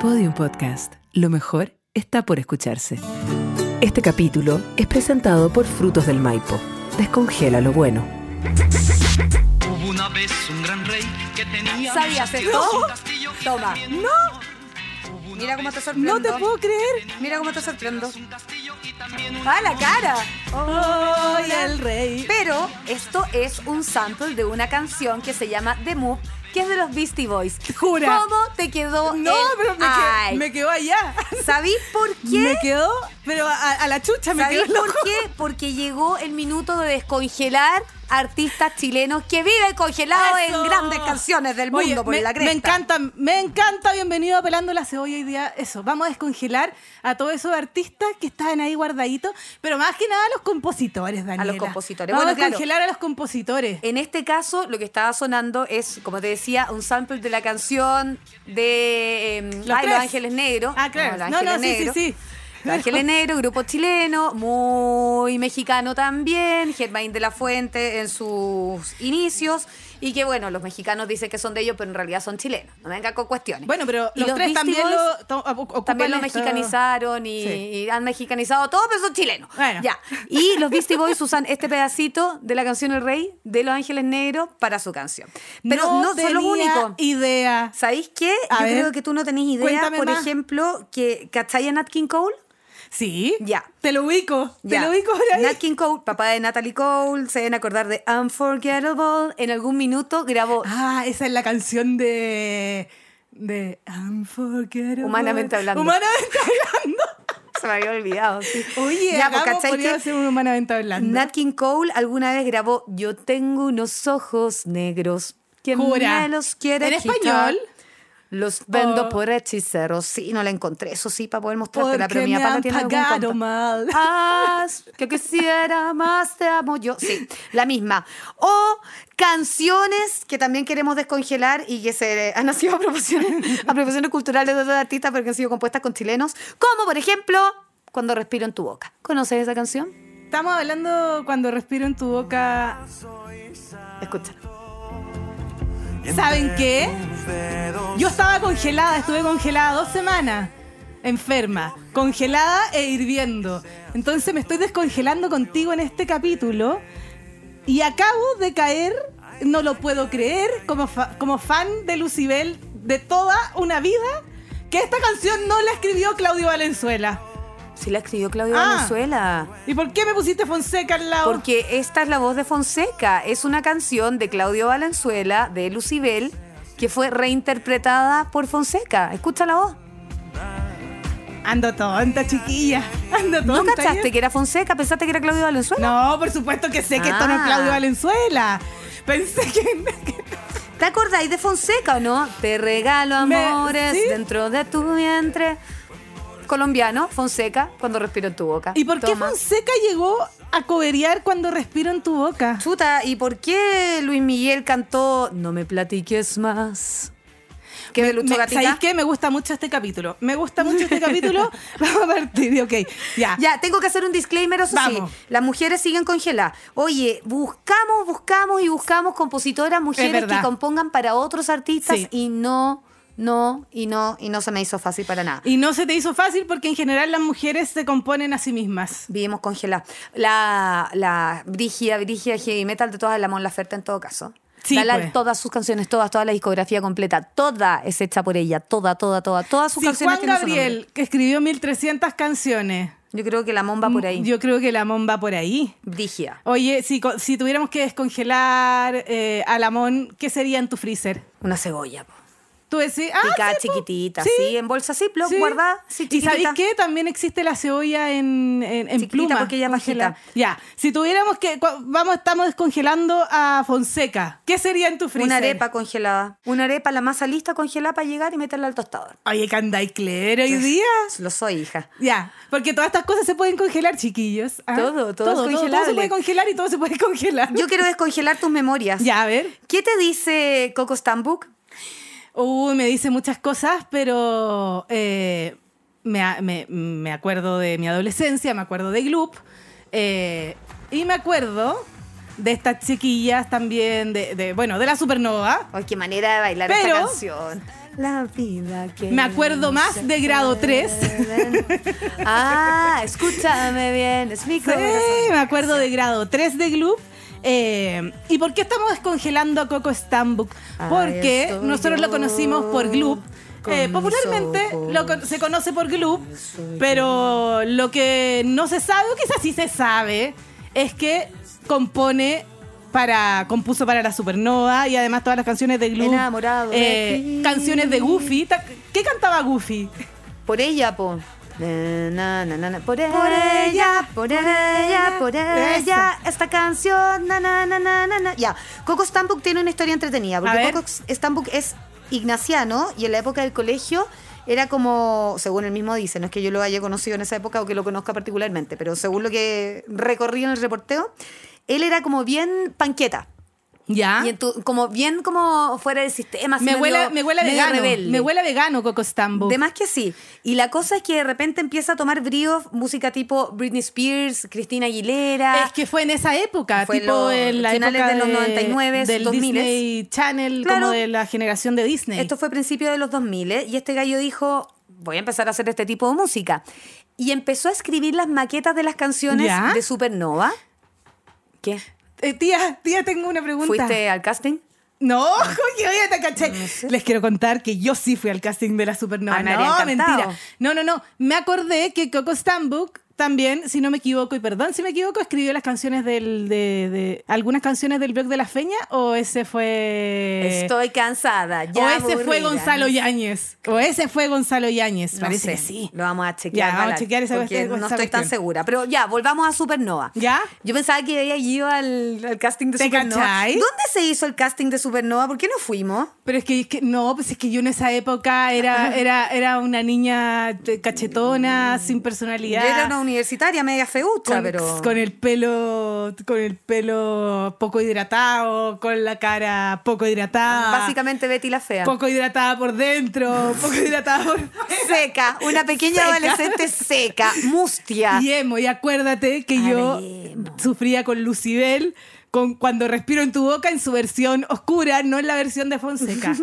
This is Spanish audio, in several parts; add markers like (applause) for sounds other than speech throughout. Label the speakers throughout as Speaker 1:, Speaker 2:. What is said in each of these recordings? Speaker 1: Podium Podcast. Lo mejor está por escucharse.
Speaker 2: Este capítulo es presentado por Frutos del Maipo. Descongela lo bueno.
Speaker 3: Hubo una vez un gran rey que tenía
Speaker 4: Sabía
Speaker 3: muchas
Speaker 4: hacer
Speaker 3: tierras,
Speaker 4: todo.
Speaker 3: un castillo y
Speaker 4: Toma.
Speaker 3: también
Speaker 4: No.
Speaker 3: un- Hubo una
Speaker 4: Mira cómo te
Speaker 3: vez
Speaker 4: sorprendo.
Speaker 5: No te puedo creer.
Speaker 4: Mira cómo te sorprendo.
Speaker 3: un castillo y también un-
Speaker 4: ¡Ah, la cara!
Speaker 5: Soy el rey.
Speaker 4: Pero esto es un sample de una canción que se llama The Move, que es de los Beastie Boys.
Speaker 5: Jura.
Speaker 4: ¿Cómo te quedó
Speaker 5: No,
Speaker 4: el
Speaker 5: pero me,
Speaker 4: ay?
Speaker 5: quedó, me quedó allá. (laughs)
Speaker 4: ¿Sabís por qué?
Speaker 5: Me quedó, pero a, a la chucha me
Speaker 4: ¿Sabís
Speaker 5: quedó.
Speaker 4: por
Speaker 5: loco.
Speaker 4: qué? Porque llegó el minuto de descongelar artistas chilenos que viven congelados
Speaker 5: Eso.
Speaker 4: en grandes canciones del mundo
Speaker 5: Oye,
Speaker 4: por
Speaker 5: me,
Speaker 4: la cresta.
Speaker 5: me encanta, me encanta. Bienvenido a Pelando la Cebolla hoy día. Eso, vamos a descongelar a todos esos artistas que estaban ahí guardaditos, pero más que nada a los compositores, Daniela.
Speaker 4: compositores.
Speaker 5: Vamos
Speaker 4: Bueno,
Speaker 5: a
Speaker 4: claro.
Speaker 5: descongelar a los compositores.
Speaker 4: En este caso, lo que estaba sonando es, como te decía, un sample de la canción de eh, ay, Los,
Speaker 5: tres.
Speaker 4: Ángeles Negros.
Speaker 5: Ah, claro.
Speaker 4: Los
Speaker 5: No, no,
Speaker 4: Ángeles
Speaker 5: sí, sí,
Speaker 4: Negros.
Speaker 5: sí.
Speaker 4: Los Ángeles Negros, grupo chileno, muy mexicano también, Germain de la Fuente en sus inicios, y que bueno, los mexicanos dicen que son de ellos, pero en realidad son chilenos, no me vengan con cuestiones.
Speaker 5: (laughs) Bueno, pero
Speaker 4: Y
Speaker 5: los, tres
Speaker 4: Beastie
Speaker 5: también
Speaker 4: Boys
Speaker 5: lo to- ocupan
Speaker 4: también lo
Speaker 5: esta-
Speaker 4: mexicanizaron y,
Speaker 5: Sí.
Speaker 4: y han mexicanizado todo, pero son chilenos.
Speaker 5: Bueno.
Speaker 4: Ya. Y los Beastie Boys usan este pedacito de la canción El Rey de Los Ángeles Negros para su canción. Pero no, son los
Speaker 5: tenía
Speaker 4: únicos.
Speaker 5: idea.
Speaker 4: ¿Sabéis qué?
Speaker 5: A
Speaker 4: Yo
Speaker 5: ver.
Speaker 4: creo que tú no tenés idea,
Speaker 5: Cuéntame
Speaker 4: por
Speaker 5: más.
Speaker 4: ejemplo, que ¿cachai a Nat King Cole?
Speaker 5: Sí.
Speaker 4: Ya.
Speaker 5: Te lo ubico.
Speaker 4: Ya.
Speaker 5: Te lo ubico por ahí.
Speaker 4: Nat King Cole, papá de Natalie Cole, se deben acordar de Unforgettable. En algún minuto grabó
Speaker 5: Ah, esa es la canción de. de Unforgettable.
Speaker 4: Humanamente hablando.
Speaker 5: Humanamente hablando.
Speaker 4: Se me había olvidado. sí.
Speaker 5: (laughs) Oye,
Speaker 4: Ya,
Speaker 5: ya,
Speaker 4: pues, ¿cachai
Speaker 5: podría
Speaker 4: que
Speaker 5: ser un humanamente hablando.
Speaker 4: Nat King Cole alguna vez grabó Yo tengo unos ojos negros. ¿Quién
Speaker 5: Jura.
Speaker 4: me los quiere
Speaker 5: ¿En
Speaker 4: quitar?
Speaker 5: español?
Speaker 4: Los vendo
Speaker 5: Oh.
Speaker 4: por hechiceros. Sí, no la encontré. Eso sí, para poder mostrártela. Pero
Speaker 5: Porque
Speaker 4: mi
Speaker 5: me
Speaker 4: papá
Speaker 5: han
Speaker 4: la tiene algún
Speaker 5: pagado
Speaker 4: contacto.
Speaker 5: mal.
Speaker 4: Haz que quisiera más te amo yo. Sí, la misma. O canciones que también queremos descongelar y que se han nacido a profesiones, a profesiones culturales de otros artistas, pero que han sido compuestas con chilenos. Como, por ejemplo, Cuando respiro en tu boca. ¿Conoces esa canción?
Speaker 5: Estamos hablando cuando respiro en tu boca.
Speaker 4: Escucha.
Speaker 5: ¿Saben qué? Yo estaba congelada, estuve congelada dos semanas. Enferma, congelada e hirviendo. Entonces me estoy descongelando contigo en este capítulo y acabo de caer, no lo puedo creer, como, fa- como fan de Lucibel de toda una vida, que esta canción no la escribió Claudio Valenzuela.
Speaker 4: Sí, la escribió Claudio
Speaker 5: Ah.
Speaker 4: Venezuela.
Speaker 5: ¿Y por qué me pusiste Fonseca al lado?
Speaker 4: Porque esta es la voz de Fonseca. Es una canción de Claudio Valenzuela, de Lucibel, que fue reinterpretada por Fonseca. Escucha la voz.
Speaker 5: Ando tonta, chiquilla. Ando tonta.
Speaker 4: ¿No cachaste que era Fonseca? ¿Pensaste que era Claudio Valenzuela?
Speaker 5: No, por supuesto que sé que esto no es
Speaker 4: Ah.
Speaker 5: Claudio Valenzuela. Pensé que...
Speaker 4: ¿Te acordáis de Fonseca o no? Te regalo
Speaker 5: Me-
Speaker 4: amores
Speaker 5: ¿sí?
Speaker 4: dentro de tu vientre. Colombiano, Fonseca, cuando respiro en tu boca.
Speaker 5: ¿Y por qué
Speaker 4: Toma.
Speaker 5: Fonseca llegó a coberear cuando respiro en tu boca?
Speaker 4: Chuta, ¿y por qué Luis Miguel cantó No me platiques más? ¿Qué de Lucho
Speaker 5: Me-
Speaker 4: Gatica?
Speaker 5: ¿Sabéis qué? Me gusta mucho este capítulo. Me gusta mucho este
Speaker 4: (laughs)
Speaker 5: capítulo. (laughs) Vamos a partir. Ok, ya.
Speaker 4: Ya, tengo que hacer un disclaimer, eso
Speaker 5: Vamos.
Speaker 4: sí. Las mujeres siguen congeladas. Oye, buscamos, buscamos y buscamos compositoras, mujeres que
Speaker 5: verdad.
Speaker 4: compongan para otros artistas
Speaker 5: Sí.
Speaker 4: y no, no, y no, y no se me hizo fácil para nada.
Speaker 5: Y no se te hizo fácil porque en general las mujeres se componen a sí mismas.
Speaker 4: Vivimos congeladas. La, la brígida, brígida heavy metal de todas la Mon Laferte en todo caso.
Speaker 5: Sí,
Speaker 4: la, Lal,
Speaker 5: pues.
Speaker 4: todas sus canciones, todas, toda la discografía completa, toda es hecha por ella, toda, toda, toda, todas sus
Speaker 5: Si
Speaker 4: canciones
Speaker 5: Juan
Speaker 4: tienen su nombre.
Speaker 5: Gabriel, que escribió 1300 canciones,
Speaker 4: Yo creo que la Mon va por ahí.
Speaker 5: Mm, yo creo que la mon va por ahí.
Speaker 4: Brígida.
Speaker 5: Oye, si, co- si tuviéramos que descongelar eh, a la mon, ¿qué sería en tu freezer?
Speaker 4: Una cebolla. po.
Speaker 5: Tú decís, ah,
Speaker 4: Picada
Speaker 5: sí, po.
Speaker 4: chiquitita,
Speaker 5: Sí.
Speaker 4: sí. en bolsa Ziploc,
Speaker 5: Sí.
Speaker 4: guardada, sí,
Speaker 5: ¿Y
Speaker 4: chiquitita.
Speaker 5: sabéis qué? También existe la cebolla en, en, en
Speaker 4: Chiquitita,
Speaker 5: pluma.
Speaker 4: porque ella es
Speaker 5: congelada.
Speaker 4: bajita.
Speaker 5: Ya, si tuviéramos que, cua- vamos, estamos descongelando a Fonseca. ¿Qué sería en tu freezer?
Speaker 4: Una arepa congelada. Una arepa, la masa lista congelada para llegar y meterla al tostador.
Speaker 5: Oye, que andáis clever hoy día.
Speaker 4: Lo soy, hija.
Speaker 5: Ya, porque todas estas cosas se pueden congelar, chiquillos. ¿ah?
Speaker 4: Todo, todo es
Speaker 5: todo se
Speaker 4: congelable.
Speaker 5: puede congelar y todo se puede congelar.
Speaker 4: Yo quiero descongelar tus memorias.
Speaker 5: Ya, a ver.
Speaker 4: ¿Qué te dice Coco Stambuk?
Speaker 5: Uy, me dice muchas cosas, pero eh, me, a- me- me acuerdo de mi adolescencia, me acuerdo de Gloop, eh, y me acuerdo de estas chiquillas también, de, de- bueno, de la supernova.
Speaker 4: Ay, qué manera de bailar esta
Speaker 5: Pero-
Speaker 4: canción. La vida que.
Speaker 5: Me acuerdo
Speaker 4: no
Speaker 5: más
Speaker 4: se
Speaker 5: de grado
Speaker 4: puede
Speaker 5: tres.
Speaker 4: ver. (laughs) Ah, escúchame bien, es mi
Speaker 5: Sí,
Speaker 4: corazón.
Speaker 5: me acuerdo de grado 3 de Gloop. Eh, ¿Y por qué estamos descongelando a Coco Stambuk?
Speaker 4: Ahí
Speaker 5: Porque
Speaker 4: estoy
Speaker 5: nosotros lo
Speaker 4: yo,
Speaker 5: conocimos por Gloop.
Speaker 4: con
Speaker 5: Eh,
Speaker 4: mis
Speaker 5: popularmente
Speaker 4: ojos.
Speaker 5: lo con- se conoce por Gloop, pero lo que no se sabe, o quizás sí se sabe, es que compone para compuso para la Supernova y además todas las canciones de Gloop.
Speaker 4: Enamorado de
Speaker 5: eh,
Speaker 4: ti.
Speaker 5: canciones de Goofy. Ta- ¿Qué cantaba Goofy?
Speaker 4: Por ella, po. Na, na, na, na, na. Por ella, por ella, por ella, esta canción, na, na, na, na, na, na. Ya, Coco Stambuk tiene una historia entretenida,
Speaker 5: A
Speaker 4: porque
Speaker 5: ver.
Speaker 4: Coco Stambuk es ignaciano y en la época del colegio era como, según él mismo dice, no es que yo lo haya conocido en esa época o que lo conozca particularmente, pero según lo que recorrí en el reporteo, él era como bien panqueta.
Speaker 5: Ya.
Speaker 4: Y en tu- como bien como fuera del sistema. así
Speaker 5: Me
Speaker 4: medio-
Speaker 5: huele, me huele a
Speaker 4: medio
Speaker 5: vegano.
Speaker 4: rebelde.
Speaker 5: Me huele a vegano Coco Stambuk.
Speaker 4: De más que sí. Y la cosa es que de repente empieza a tomar brío música tipo Britney Spears, Cristina Aguilera.
Speaker 5: Es que fue en esa época,
Speaker 4: Fue
Speaker 5: tipo
Speaker 4: lo-
Speaker 5: en la
Speaker 4: finales
Speaker 5: época
Speaker 4: de los
Speaker 5: de-
Speaker 4: 99s,
Speaker 5: del
Speaker 4: 2000s.
Speaker 5: Disney Channel,
Speaker 4: Claro.
Speaker 5: como de la generación de Disney.
Speaker 4: Esto fue principio de los 2000 ¿eh? y este gallo dijo, voy a empezar a hacer este tipo de música. Y empezó a escribir las maquetas de las canciones
Speaker 5: Ya.
Speaker 4: de Supernova. ¿Qué?
Speaker 5: Eh, tía, tía, tengo una pregunta.
Speaker 4: ¿Fuiste al casting?
Speaker 5: No, (laughs) oye, oye, te caché. Les quiero contar que yo sí fui al casting de la Supernova.
Speaker 4: Ah, me habría
Speaker 5: no,
Speaker 4: encantado.
Speaker 5: mentira. No, no, no. Me acordé que Coco Stambuk también, si no me equivoco, y perdón si me equivoco, escribió las canciones del, de, de- algunas canciones del blog de la Feña, o ese fue...
Speaker 4: Estoy cansada. Ya
Speaker 5: Eh. o ese fue
Speaker 4: aburrida.
Speaker 5: Gonzalo Yáñez. O ese fue Gonzalo Yáñez.
Speaker 4: No
Speaker 5: Parece que
Speaker 4: sé,
Speaker 5: sí.
Speaker 4: Lo vamos a chequear.
Speaker 5: Ya, vamos a
Speaker 4: Balat,
Speaker 5: chequear esa
Speaker 4: porque
Speaker 5: cuestión-
Speaker 4: No
Speaker 5: esa
Speaker 4: estoy tan
Speaker 5: cuestión.
Speaker 4: segura. Pero ya, volvamos a Supernova.
Speaker 5: ¿Ya?
Speaker 4: Yo pensaba que había ido al, al casting de
Speaker 5: ¿Te
Speaker 4: Supernova.
Speaker 5: cachai?
Speaker 4: ¿Dónde se hizo el casting de Supernova? ¿Por qué no fuimos?
Speaker 5: Pero es que, es que no, pues es que yo en esa época era, era, era una niña de- cachetona, sin personalidad.
Speaker 4: Yo era una universitaria media feucha,
Speaker 5: con,
Speaker 4: pero.
Speaker 5: con el pelo con el pelo poco hidratado, con la cara poco hidratada.
Speaker 4: Básicamente Betty la fea.
Speaker 5: Poco hidratada por
Speaker 4: (laughs)
Speaker 5: dentro, poco hidratada por
Speaker 4: Seca, una pequeña
Speaker 5: Seca.
Speaker 4: adolescente seca,
Speaker 5: (laughs)
Speaker 4: mustia.
Speaker 5: Y emo, y acuérdate que
Speaker 4: Ah,
Speaker 5: yo
Speaker 4: la emo.
Speaker 5: sufría con Lucibel con Cuando respiro en tu boca en su versión oscura, no en la versión de
Speaker 4: (laughs)
Speaker 5: Fonseca.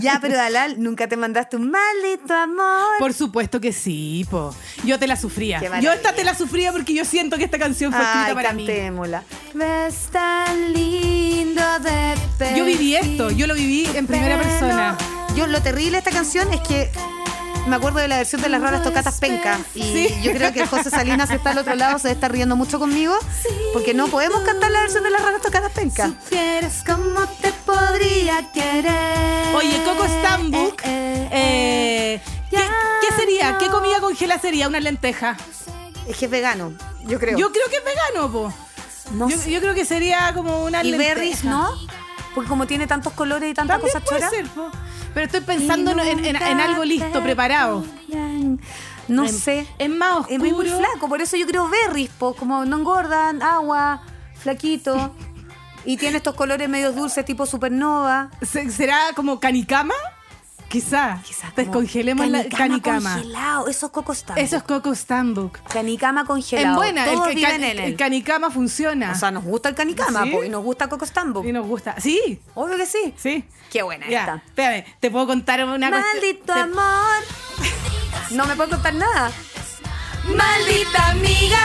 Speaker 4: Ya, pero Dalal, nunca te mandaste un maldito amor.
Speaker 5: Por supuesto que sí, po. Yo te la sufría.
Speaker 4: Qué maravilla.
Speaker 5: Yo esta te la sufría porque yo siento que esta canción fue escrita
Speaker 4: Ay,
Speaker 5: para
Speaker 4: cantémosla. Ves tan lindo de
Speaker 5: mí. Yo viví esto, yo lo viví en primera persona.
Speaker 4: Yo lo terrible de esta canción es que me acuerdo de la versión de las raras tocatas penca. Y
Speaker 5: Sí.
Speaker 4: yo creo que José Salinas que está al otro lado, se está riendo mucho conmigo. Porque no podemos cantar la versión de las raras tocatas penca. Supieras cómo te podría querer.
Speaker 5: Oye, Coco Stambuk, eh, ¿qué, qué sería? ¿Qué comida congelada sería? Una lenteja.
Speaker 4: Es que es vegano, yo creo.
Speaker 5: Yo creo que es vegano, po.
Speaker 4: no
Speaker 5: yo,
Speaker 4: sé.
Speaker 5: yo creo que sería como una
Speaker 4: y
Speaker 5: lenteja.
Speaker 4: berries, ¿no? Porque como tiene tantos colores y tantas
Speaker 5: También
Speaker 4: cosas
Speaker 5: puede
Speaker 4: choras.
Speaker 5: ser, po. Pero estoy pensando en, en- en- en algo listo, preparado.
Speaker 4: No
Speaker 5: En-
Speaker 4: sé.
Speaker 5: Es más oscuro.
Speaker 4: Es muy, muy flaco, por eso yo creo berries, po, como no engordan, agua, flaquito. Y tiene estos colores medio dulces tipo supernova.
Speaker 5: Se- ¿Será como canicama? Quizá.
Speaker 4: Quizás como
Speaker 5: Descongelemos Pues la canicama.
Speaker 4: congelado, eso es coco Stambuk.
Speaker 5: Eso es Coco Stambuk.
Speaker 4: canicama
Speaker 5: Es
Speaker 4: congelado.
Speaker 5: buena, el,
Speaker 4: Todos
Speaker 5: que-
Speaker 4: viven
Speaker 5: ca-
Speaker 4: en él.
Speaker 5: el canicama funciona.
Speaker 4: o sea, nos gusta el canicama,
Speaker 5: ¿Sí?
Speaker 4: po, y nos gusta coco Stambuk.
Speaker 5: y nos gusta. Sí,
Speaker 4: Obvio que sí.
Speaker 5: sí.
Speaker 4: Qué buena
Speaker 5: Ya,
Speaker 4: esta.
Speaker 5: espérame, te puedo contar una cuestión-
Speaker 4: Maldito
Speaker 5: te-
Speaker 4: amor. No me puedo contar nada. Maldita amiga.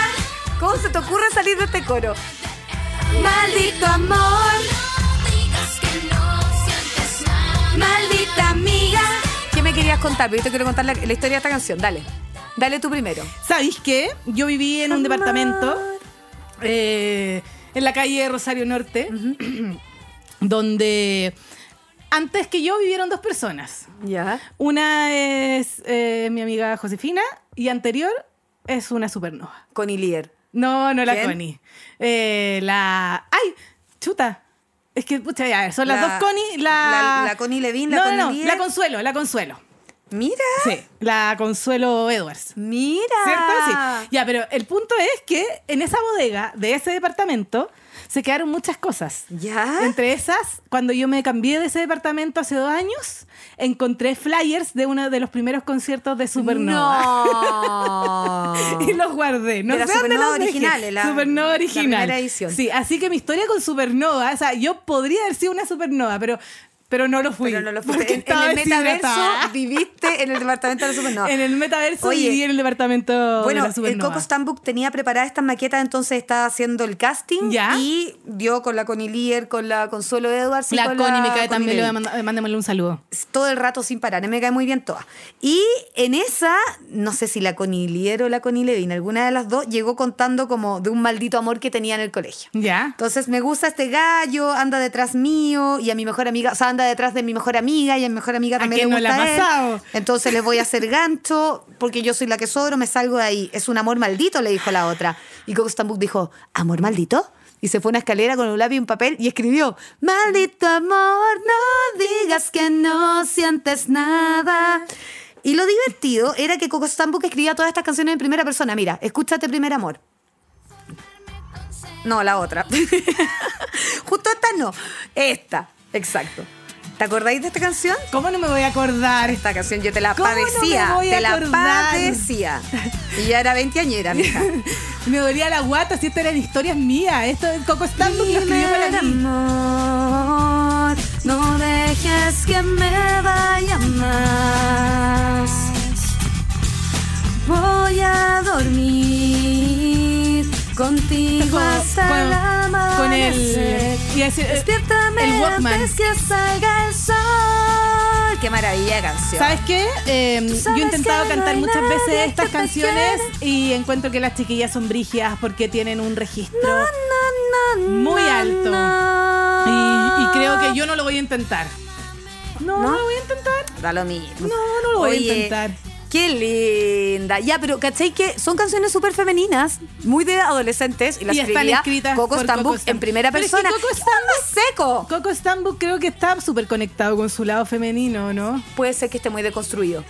Speaker 4: ¿Cómo se te ocurre salir de este coro? Maldito amor. Maldita amiga. ¿Qué me querías contar? Pero yo te quiero contar la, la historia de esta canción. Dale. Dale tú primero.
Speaker 5: ¿Sabéis qué? Yo viví en un departamento eh, en la calle de Rosario Norte, (clears throat) donde antes que yo vivieron dos personas.
Speaker 4: Ya.
Speaker 5: Una es eh, mi amiga Josefina y anterior es una supernova.
Speaker 4: Con Ilier.
Speaker 5: No, no la
Speaker 4: ¿Quién?
Speaker 5: Connie. Eh, la. ¡Ay! ¡Chuta! Es que, pucha, ya, a ver, son las
Speaker 4: La-
Speaker 5: dos Connie. La,
Speaker 4: la- la Connie Levin, la
Speaker 5: no,
Speaker 4: Connie
Speaker 5: No, no,
Speaker 4: Lier.
Speaker 5: la Consuelo, la Consuelo.
Speaker 4: Mira.
Speaker 5: Sí, la Consuelo Edwards.
Speaker 4: Mira.
Speaker 5: ¿Cierto?
Speaker 4: Ah.
Speaker 5: Sí. Ya, pero el punto es que en esa bodega de ese departamento se quedaron muchas cosas.
Speaker 4: Ya.
Speaker 5: Entre esas, cuando yo me cambié de ese departamento hace dos años, encontré flyers de uno de los primeros conciertos de Supernova.
Speaker 4: No. (laughs)
Speaker 5: (laughs) Y los guardé. No
Speaker 4: De la
Speaker 5: sé dónde
Speaker 4: Supernova
Speaker 5: los dejé.
Speaker 4: originales, la-
Speaker 5: Supernova
Speaker 4: la
Speaker 5: original.
Speaker 4: primera edición.
Speaker 5: Sí, así que mi historia con Supernova, o sea, yo podría haber sido una Supernova, pero Pero no lo fui.
Speaker 4: Pero no lo
Speaker 5: (laughs) porque
Speaker 4: fuiste. En, en
Speaker 5: estaba
Speaker 4: el metaverso
Speaker 5: deshidratada. (laughs)
Speaker 4: viviste en el departamento de la supernova.
Speaker 5: En el metaverso
Speaker 4: Oye,
Speaker 5: viví en el departamento
Speaker 4: Bueno,
Speaker 5: de la
Speaker 4: el
Speaker 5: supernova.
Speaker 4: Coco Stanbook tenía preparada estas maquetas, entonces estaba haciendo el casting
Speaker 5: ¿Ya?
Speaker 4: y dio con la Connie Lear, con la Consuelo Edwards. y
Speaker 5: la
Speaker 4: con
Speaker 5: Connie me cae
Speaker 4: Connie
Speaker 5: también,
Speaker 4: Lear.
Speaker 5: lo manda- mándamele un saludo.
Speaker 4: todo el rato sin parar, eh, me cae muy bien toda. Y en esa, no sé si la Connie Lear o la Connie Levin, alguna de las dos, llegó contando como de un maldito amor que tenía en el colegio.
Speaker 5: ¿Ya?
Speaker 4: Entonces me gusta este gallo, anda detrás mío y a mi mejor amiga, o sea, anda detrás de mi mejor amiga y a mi mejor amiga
Speaker 5: ¿A
Speaker 4: también
Speaker 5: quién
Speaker 4: le
Speaker 5: no le
Speaker 4: gusta
Speaker 5: ha
Speaker 4: él.
Speaker 5: pasado?
Speaker 4: Entonces les voy a hacer gancho porque yo soy la que sobro, me salgo de ahí. Es un amor maldito, le dijo la otra. Y Coco Stambuk dijo, ¿amor maldito? Y se fue a una escalera con un lápiz y un papel y escribió, maldito amor, no digas que no sientes nada. Y lo divertido era que Coco Stambuk escribía todas estas canciones en primera persona. Mira, escúchate Primer Amor. No, la otra. (laughs) Justo esta no. Esta, exacto. ¿Te acordáis de esta canción?
Speaker 5: ¿Cómo no me voy a acordar?
Speaker 4: Esta canción yo te la
Speaker 5: ¿Cómo no me
Speaker 4: padecía.
Speaker 5: voy a
Speaker 4: te la
Speaker 5: acordar?
Speaker 4: padecía. Y ya era veinteañera, mija.
Speaker 5: Me dolía la guata si estas eran historias mías. Esto es Coco Stanbook lo escribió para mí.
Speaker 4: amor, no dejes que me vaya más. Voy a dormir contigo
Speaker 5: Con, con- con el. y así- eh,
Speaker 4: Despiértame
Speaker 5: el Walkman.
Speaker 4: antes que salga el sol. Qué maravilla de canción.
Speaker 5: ¿Sabes qué? Eh,
Speaker 4: Tú
Speaker 5: yo
Speaker 4: sabes
Speaker 5: he intentado
Speaker 4: que no
Speaker 5: cantar
Speaker 4: hay
Speaker 5: muchas veces
Speaker 4: nadie
Speaker 5: estas
Speaker 4: que te
Speaker 5: canciones y encuentro que las chiquillas son brigias porque tienen un registro muy alto. Y, y creo que yo no lo voy a intentar. No, no,
Speaker 4: ¿No?
Speaker 5: lo voy a intentar.
Speaker 4: Da lo mismo.
Speaker 5: No, no lo voy
Speaker 4: Oye,
Speaker 5: a intentar.
Speaker 4: Qué linda. Ya, pero ¿cachai que son canciones súper femeninas, muy de adolescentes y las
Speaker 5: Y están
Speaker 4: escribía
Speaker 5: escritas
Speaker 4: Coco
Speaker 5: por
Speaker 4: Stambuk
Speaker 5: Coco Stamp-
Speaker 4: en primera
Speaker 5: Pero es que
Speaker 4: persona.
Speaker 5: Coco
Speaker 4: ¡Onda
Speaker 5: Stamp-
Speaker 4: seco!
Speaker 5: Coco Stanbook creo que está súper conectado con su lado femenino, ¿no?
Speaker 4: Puede ser que esté muy deconstruido.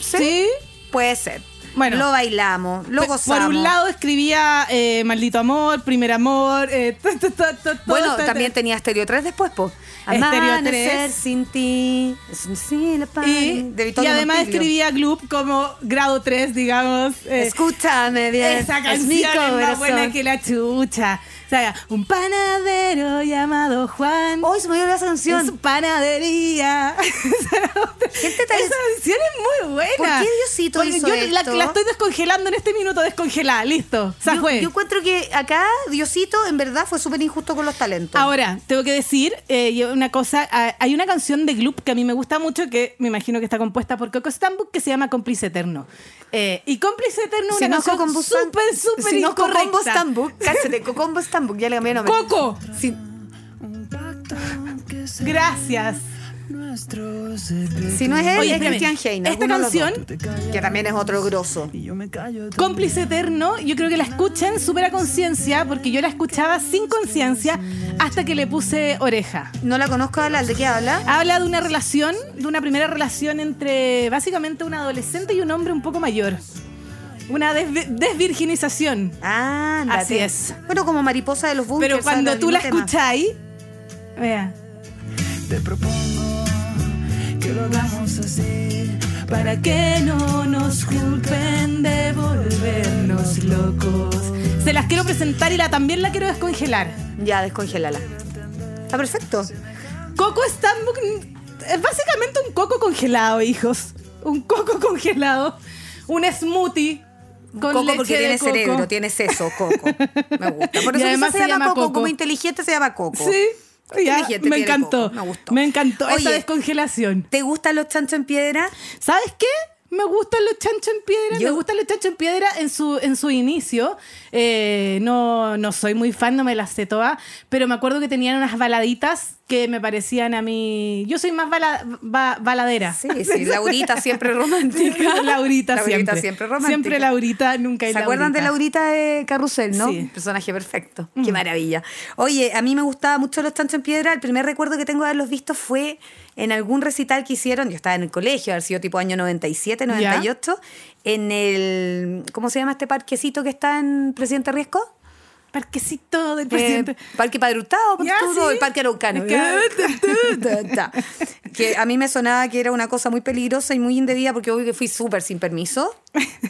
Speaker 5: Sí.
Speaker 4: Puede ser.
Speaker 5: Bueno.
Speaker 4: lo bailamos, lo
Speaker 5: Pe-
Speaker 4: gozamos.
Speaker 5: Por un lado escribía eh, Maldito Amor, Primer Amor. eh, (laughs) to- to- to- to-
Speaker 4: Bueno,
Speaker 5: to- to-
Speaker 4: también tenía Stereo 3 después, po.
Speaker 5: Estéreo
Speaker 4: Amanecer
Speaker 5: 3.
Speaker 4: sin ti. es un sílaba
Speaker 5: Y,
Speaker 4: de
Speaker 5: y
Speaker 4: Vittorio
Speaker 5: además
Speaker 4: Montiglio.
Speaker 5: escribía Gloop como grado 3, digamos. eh,
Speaker 4: Escúchame bien.
Speaker 5: esa
Speaker 4: es mi
Speaker 5: canción es más
Speaker 4: corazón.
Speaker 5: buena que la chucha. O sea, un panadero llamado Juan.
Speaker 4: Hoy se me olvidó esa
Speaker 5: en
Speaker 4: Oh, canción.
Speaker 5: su panadería.
Speaker 4: Gente tan-
Speaker 5: (laughs) Esa canción es muy buena.
Speaker 4: ¿Por qué Diosito
Speaker 5: Porque
Speaker 4: hizo
Speaker 5: yo La,
Speaker 4: esto?
Speaker 5: la estoy descongelando en este minuto, descongelada, listo. Se
Speaker 4: yo,
Speaker 5: fue.
Speaker 4: yo encuentro que acá Diosito en verdad fue súper injusto con los talentos.
Speaker 5: Ahora, tengo que decir eh, yo una cosa. ah, Hay una canción de Gloop que a mí me gusta mucho, que me imagino que está compuesta por Coco Stambuk, que se llama Cómplice Eterno. Eh, y Cómplice Eterno es
Speaker 4: Si
Speaker 5: una
Speaker 4: no
Speaker 5: canción
Speaker 4: Cocombo Stan-
Speaker 5: súper, súper
Speaker 4: Si no Cocombo
Speaker 5: incorrecta. (laughs)
Speaker 4: Stambuk, cáchate, Cocombo Stambuk, ya le cambié nombre.
Speaker 5: ¡Coco!
Speaker 4: Si,
Speaker 5: Gracias.
Speaker 4: si no es él,
Speaker 5: Oye,
Speaker 4: es
Speaker 5: espérame.
Speaker 4: Cristian Heine.
Speaker 5: Esta
Speaker 4: alguno de los
Speaker 5: canción,
Speaker 4: dos, que también es otro grosso.
Speaker 5: Cómplice Eterno, yo creo que la escuchan súper a conciencia, porque yo la escuchaba sin conciencia hasta que le puse oreja.
Speaker 4: No la conozco, habla, ¿de qué habla?
Speaker 5: Habla de una relación, de una primera relación entre básicamente un adolescente y un hombre un poco mayor. Una desvi- desvirginización.
Speaker 4: Ah, ándate.
Speaker 5: Así es.
Speaker 4: Bueno, como mariposa de los bunkers.
Speaker 5: Pero cuando
Speaker 4: habla
Speaker 5: tú la
Speaker 4: del mismo tema.
Speaker 5: escucháis, vea.
Speaker 6: Te propongo que lo hagamos así para que
Speaker 5: Que no nos culpen de volvernos locos. Se las quiero presentar y la también la quiero descongelar.
Speaker 4: Ya, descongélala. Está perfecto.
Speaker 5: Coco Stanbook es básicamente un coco congelado, hijos. Un coco congelado. Un smoothie con
Speaker 4: coco
Speaker 5: leche
Speaker 4: porque
Speaker 5: de
Speaker 4: tiene
Speaker 5: coco.
Speaker 4: cerebro, tiene seso, coco. Me gusta.
Speaker 5: (laughs)
Speaker 4: Por
Speaker 5: Y
Speaker 4: eso
Speaker 5: además
Speaker 4: quizás se, llama, coco. como
Speaker 5: Coco.
Speaker 4: inteligente se llama coco.
Speaker 5: Sí. ya,
Speaker 4: Inteligente,
Speaker 5: me
Speaker 4: tiene
Speaker 5: encantó.
Speaker 4: coco, me gustó.
Speaker 5: encantó
Speaker 4: Oye.
Speaker 5: esta descongelación.
Speaker 4: ¿Te gustan los chanchos en piedra?
Speaker 5: ¿Sabes qué? Me gustan los chanchos en piedra.
Speaker 4: Yo-
Speaker 5: Me gustan los chanchos en piedra en su, en su inicio. Eh, no, no soy muy fan, no me las sé todas, pero me acuerdo que tenían unas baladitas que me parecían a mí. Yo soy más bala- ba- baladera.
Speaker 4: Sí,
Speaker 5: (laughs)
Speaker 4: sí, Laurita siempre romántica.
Speaker 5: Ah. Laurita, siempre.
Speaker 4: siempre romántica.
Speaker 5: Siempre Laurita, nunca hay
Speaker 4: ¿Se acuerdan de
Speaker 5: Laurita?
Speaker 4: Laurita de Carrusel, no?
Speaker 5: Sí. Mm.
Speaker 4: Personaje perfecto. Qué maravilla. Oye, a mí me gustaban mucho los chanchos en piedra. El primer recuerdo que tengo de haberlos visto fue en algún recital que hicieron. Yo estaba en el colegio, haber sido tipo año 97, 98. En el. ¿Cómo se llama este parquecito que está en Presidente Riesco?
Speaker 5: parquecito del (laughs)
Speaker 4: Eh,
Speaker 5: presidente.
Speaker 4: Parque Padre Hurtado,
Speaker 5: Ya,
Speaker 4: ponte tú,
Speaker 5: sí. eh,
Speaker 4: el Parque Araucano. (laughs)
Speaker 5: Ya.
Speaker 4: que a mí me sonaba que era una cosa muy peligrosa y muy indebida porque obvio que fui súper sin permiso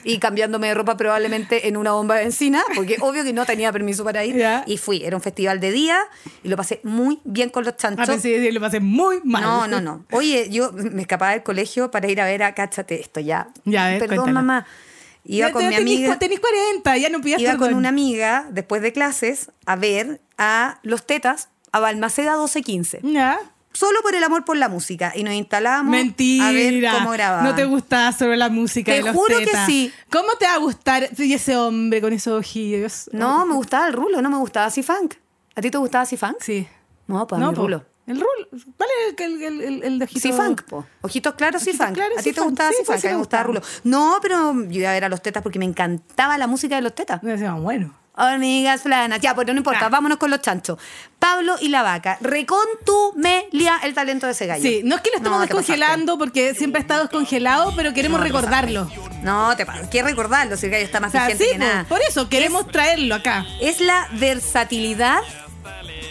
Speaker 4: y cambiándome de ropa probablemente en una bomba de benzina porque obvio que no tenía permiso para ir
Speaker 5: Ya.
Speaker 4: y fui. Era un festival de día y lo pasé muy bien con los
Speaker 5: Ah,
Speaker 4: chanchos.
Speaker 5: pensé que lo pasé muy mal.
Speaker 4: No, no, no. Oye, yo me escapaba del colegio para ir a ver a Cáchate esto ya.
Speaker 5: Ya, a ver,
Speaker 4: Perdón,
Speaker 5: cuéntala.
Speaker 4: mamá. Iba
Speaker 5: Ya
Speaker 4: con
Speaker 5: te-
Speaker 4: mi
Speaker 5: tenís
Speaker 4: amiga.
Speaker 5: cua- Tenís 40, ya no pidas
Speaker 4: Iba
Speaker 5: perdón.
Speaker 4: con una amiga después de clases a ver a los tetas a Balmaceda 1215.
Speaker 5: Ya.
Speaker 4: Solo por el amor por la música. Y nos instalábamos
Speaker 5: Mentira.
Speaker 4: a ver cómo grababan.
Speaker 5: No te gustaba sobre la música.
Speaker 4: Te
Speaker 5: de los
Speaker 4: juro que
Speaker 5: tetas.
Speaker 4: sí.
Speaker 5: ¿Cómo te va a gustar y ese hombre con esos ojillos?
Speaker 4: No, me gustaba el rulo, no me gustaba así funk. ¿A ti te gustaba así funk?
Speaker 5: Sí.
Speaker 4: No, para mí
Speaker 5: po.
Speaker 4: Pues rulo.
Speaker 5: El rulo. ¿Cuál es el, el, el, el de ojito?
Speaker 4: Sí, funk, po. Ojitos claros, sí,
Speaker 5: Ojitos
Speaker 4: funk.
Speaker 5: claros,
Speaker 4: ¿A
Speaker 5: sí,
Speaker 4: ti te
Speaker 5: funk.
Speaker 4: gustaba
Speaker 5: Sí,
Speaker 4: así
Speaker 5: pues,
Speaker 4: funk?
Speaker 5: sí
Speaker 4: a mí
Speaker 5: me
Speaker 4: me gustaba
Speaker 5: gustaba.
Speaker 4: rulo. No, pero yo iba a ver a los tetas porque me encantaba la música de los tetas.
Speaker 5: Me decían, bueno.
Speaker 4: Hormigas planas. Ya, pero no
Speaker 5: Ah.
Speaker 4: importa, vámonos con los chanchos. Pablo y la vaca. Recontumelia el talento de ese gallo.
Speaker 5: Sí, no es que lo estamos
Speaker 4: No, te
Speaker 5: descongelando porque siempre ha estado descongelado, pero queremos recordarlo.
Speaker 4: pasaste. No, te pasa. Quiero recordarlo, si el gallo está más
Speaker 5: O sea,
Speaker 4: vigente
Speaker 5: sí,
Speaker 4: que
Speaker 5: po,
Speaker 4: nada.
Speaker 5: por eso queremos traerlo acá.
Speaker 4: Es la versatilidad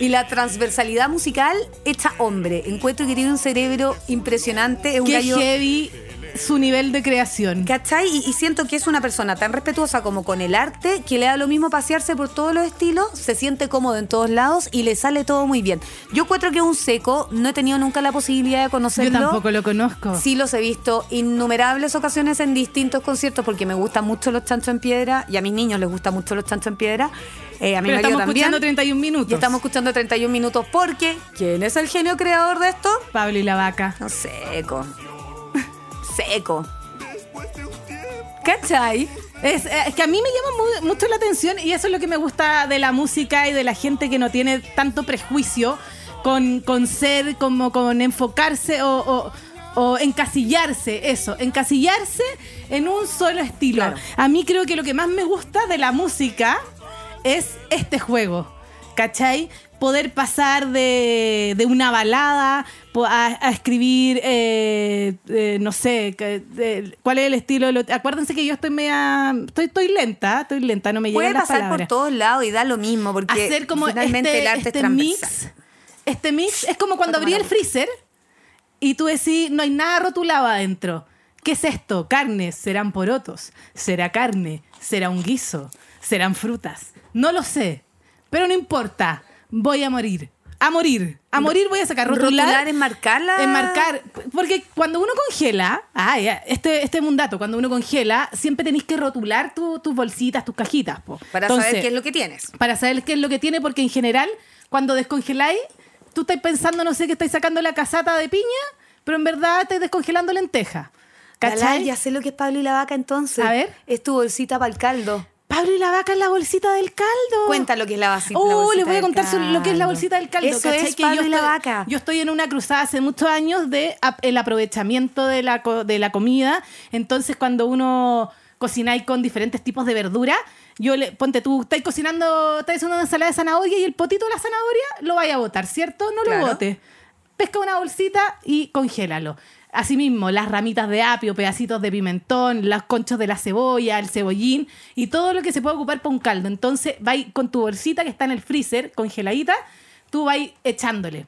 Speaker 4: y la transversalidad musical hecha hombre. Encuentro que tiene un cerebro impresionante. Es un
Speaker 5: Qué
Speaker 4: gallo.
Speaker 5: heavy su nivel de creación.
Speaker 4: ¿Cachai? Y, y siento que es una persona tan respetuosa como con el arte, que le da lo mismo pasearse por todos los estilos, se siente cómodo en todos lados y le sale todo muy bien. Yo encuentro que es un seco, no he tenido nunca la posibilidad de
Speaker 5: Yo
Speaker 4: conocerlo.
Speaker 5: tampoco lo conozco.
Speaker 4: Sí los he visto innumerables ocasiones en distintos conciertos porque me gustan mucho los chanchos en piedra y a mis niños les gustan mucho los chanchos en piedra. Eh, a mi
Speaker 5: Pero
Speaker 4: marido
Speaker 5: estamos
Speaker 4: también.
Speaker 5: escuchando 31 minutos.
Speaker 4: Y estamos escuchando 31 minutos porque ¿quién es el genio creador de esto?
Speaker 5: Pablo y la vaca.
Speaker 4: No, seco. Seco. ¿Cachai?
Speaker 5: Es, eh, es que a mí me llama mu- mucho la atención y eso es lo que me gusta de la música y de la gente que no tiene tanto prejuicio con, con ser, como con enfocarse o, o- o encasillarse, eso, encasillarse en un solo estilo.
Speaker 4: Claro.
Speaker 5: A mí creo que lo que más me gusta de la música es este juego, ¿cachai? Poder pasar de, de una balada po- a, a escribir, eh, eh, no sé, que- de- cuál es el estilo. de lo- acuérdense que yo estoy media, estoy, estoy lenta, estoy lenta, no me llegan
Speaker 4: Puede
Speaker 5: las
Speaker 4: pasar por
Speaker 5: palabras.
Speaker 4: todos lados y da lo mismo porque
Speaker 5: Hacer como
Speaker 4: finalmente
Speaker 5: este,
Speaker 4: el arte
Speaker 5: este
Speaker 4: es transversal.
Speaker 5: mix, este mix es como cuando
Speaker 4: Voy
Speaker 5: abrí
Speaker 4: a tomar
Speaker 5: el freezer y tú decís, no hay nada rotulado adentro. ¿Qué es esto? Carne, serán porotos, será carne, será un guiso, serán frutas. No lo sé, pero no importa, voy a morir. A morir, a morir voy a sacar rotular.
Speaker 4: Rotular es marcarla.
Speaker 5: Enmarcar. Porque cuando uno congela, ah, ya, este, este es un dato, cuando uno congela, siempre tenés que rotular tu- tus bolsitas, tus cajitas. po.
Speaker 4: Para
Speaker 5: Entonces,
Speaker 4: saber qué es lo que tienes.
Speaker 5: para saber qué es lo que tiene, porque en general, cuando descongeláis, tú estás pensando, no sé, que estáis sacando la casata de piña, pero en verdad estáis descongelando lenteja.
Speaker 4: Galán,
Speaker 5: ¿Cachai?
Speaker 4: ya sé lo que es Pablo y la vaca entonces.
Speaker 5: A ver.
Speaker 4: Es tu bolsita para el caldo.
Speaker 5: Pablo y la vaca en la bolsita del caldo.
Speaker 4: Cuenta lo que es la basi- la bolsita.
Speaker 5: Oh, les voy a
Speaker 4: del
Speaker 5: contar sobre lo que es la
Speaker 4: caldo.
Speaker 5: bolsita del caldo.
Speaker 4: Eso
Speaker 5: ¿cachai?
Speaker 4: es
Speaker 5: Que
Speaker 4: Pablo
Speaker 5: yo
Speaker 4: y la
Speaker 5: estoy-
Speaker 4: vaca.
Speaker 5: Yo estoy en una cruzada hace muchos años de ap- el aprovechamiento de la, co- de la comida. Entonces, cuando uno cocináis con diferentes tipos de verdura, yo le, ponte tú, estáis cocinando, estáis haciendo una ensalada de zanahoria y el potito de la zanahoria lo vais a botar, ¿cierto? No lo
Speaker 4: Claro.
Speaker 5: bote. Pesca una bolsita y congélalo. Asimismo, las ramitas de apio, pedacitos de pimentón, los conchos de la cebolla, el cebollín y todo lo que se puede ocupar para un caldo. Entonces, vais con tu bolsita que está en el freezer, congeladita, tú vais echándole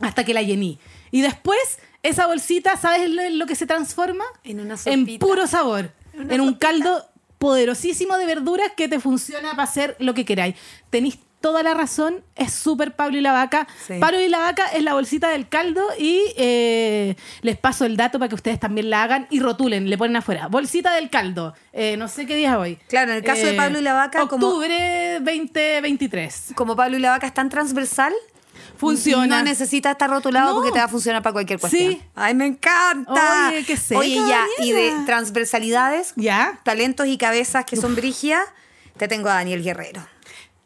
Speaker 5: hasta que la llení. Y después, esa bolsita, ¿sabes en lo, en lo que se transforma?
Speaker 4: En una sopita.
Speaker 5: En puro sabor. En, un caldo poderosísimo de verduras que te funciona para hacer lo que queráis. Tenéis toda la razón, es súper Pablo y la Vaca.
Speaker 4: Sí.
Speaker 5: Pablo y la Vaca es la bolsita del caldo y eh, les paso el dato para que ustedes también la hagan y rotulen, le ponen afuera. Bolsita del caldo, Eh, no sé qué día es hoy. Eh,
Speaker 4: Claro, en el caso de Pablo y la Vaca, como-
Speaker 5: Octubre 2023.
Speaker 4: Como Pablo y la vaca es tan transversal,
Speaker 5: Funciona.
Speaker 4: No necesita estar rotulado
Speaker 5: No.
Speaker 4: porque te va a funcionar para cualquier cuestión.
Speaker 5: Sí.
Speaker 4: Ay, me encanta.
Speaker 5: Oye, qué seca,
Speaker 4: Oye, ya, y de
Speaker 5: Daniela.
Speaker 4: transversalidades,
Speaker 5: ¿Ya?
Speaker 4: talentos y cabezas que son brigias, te tengo a Daniel Guerrero.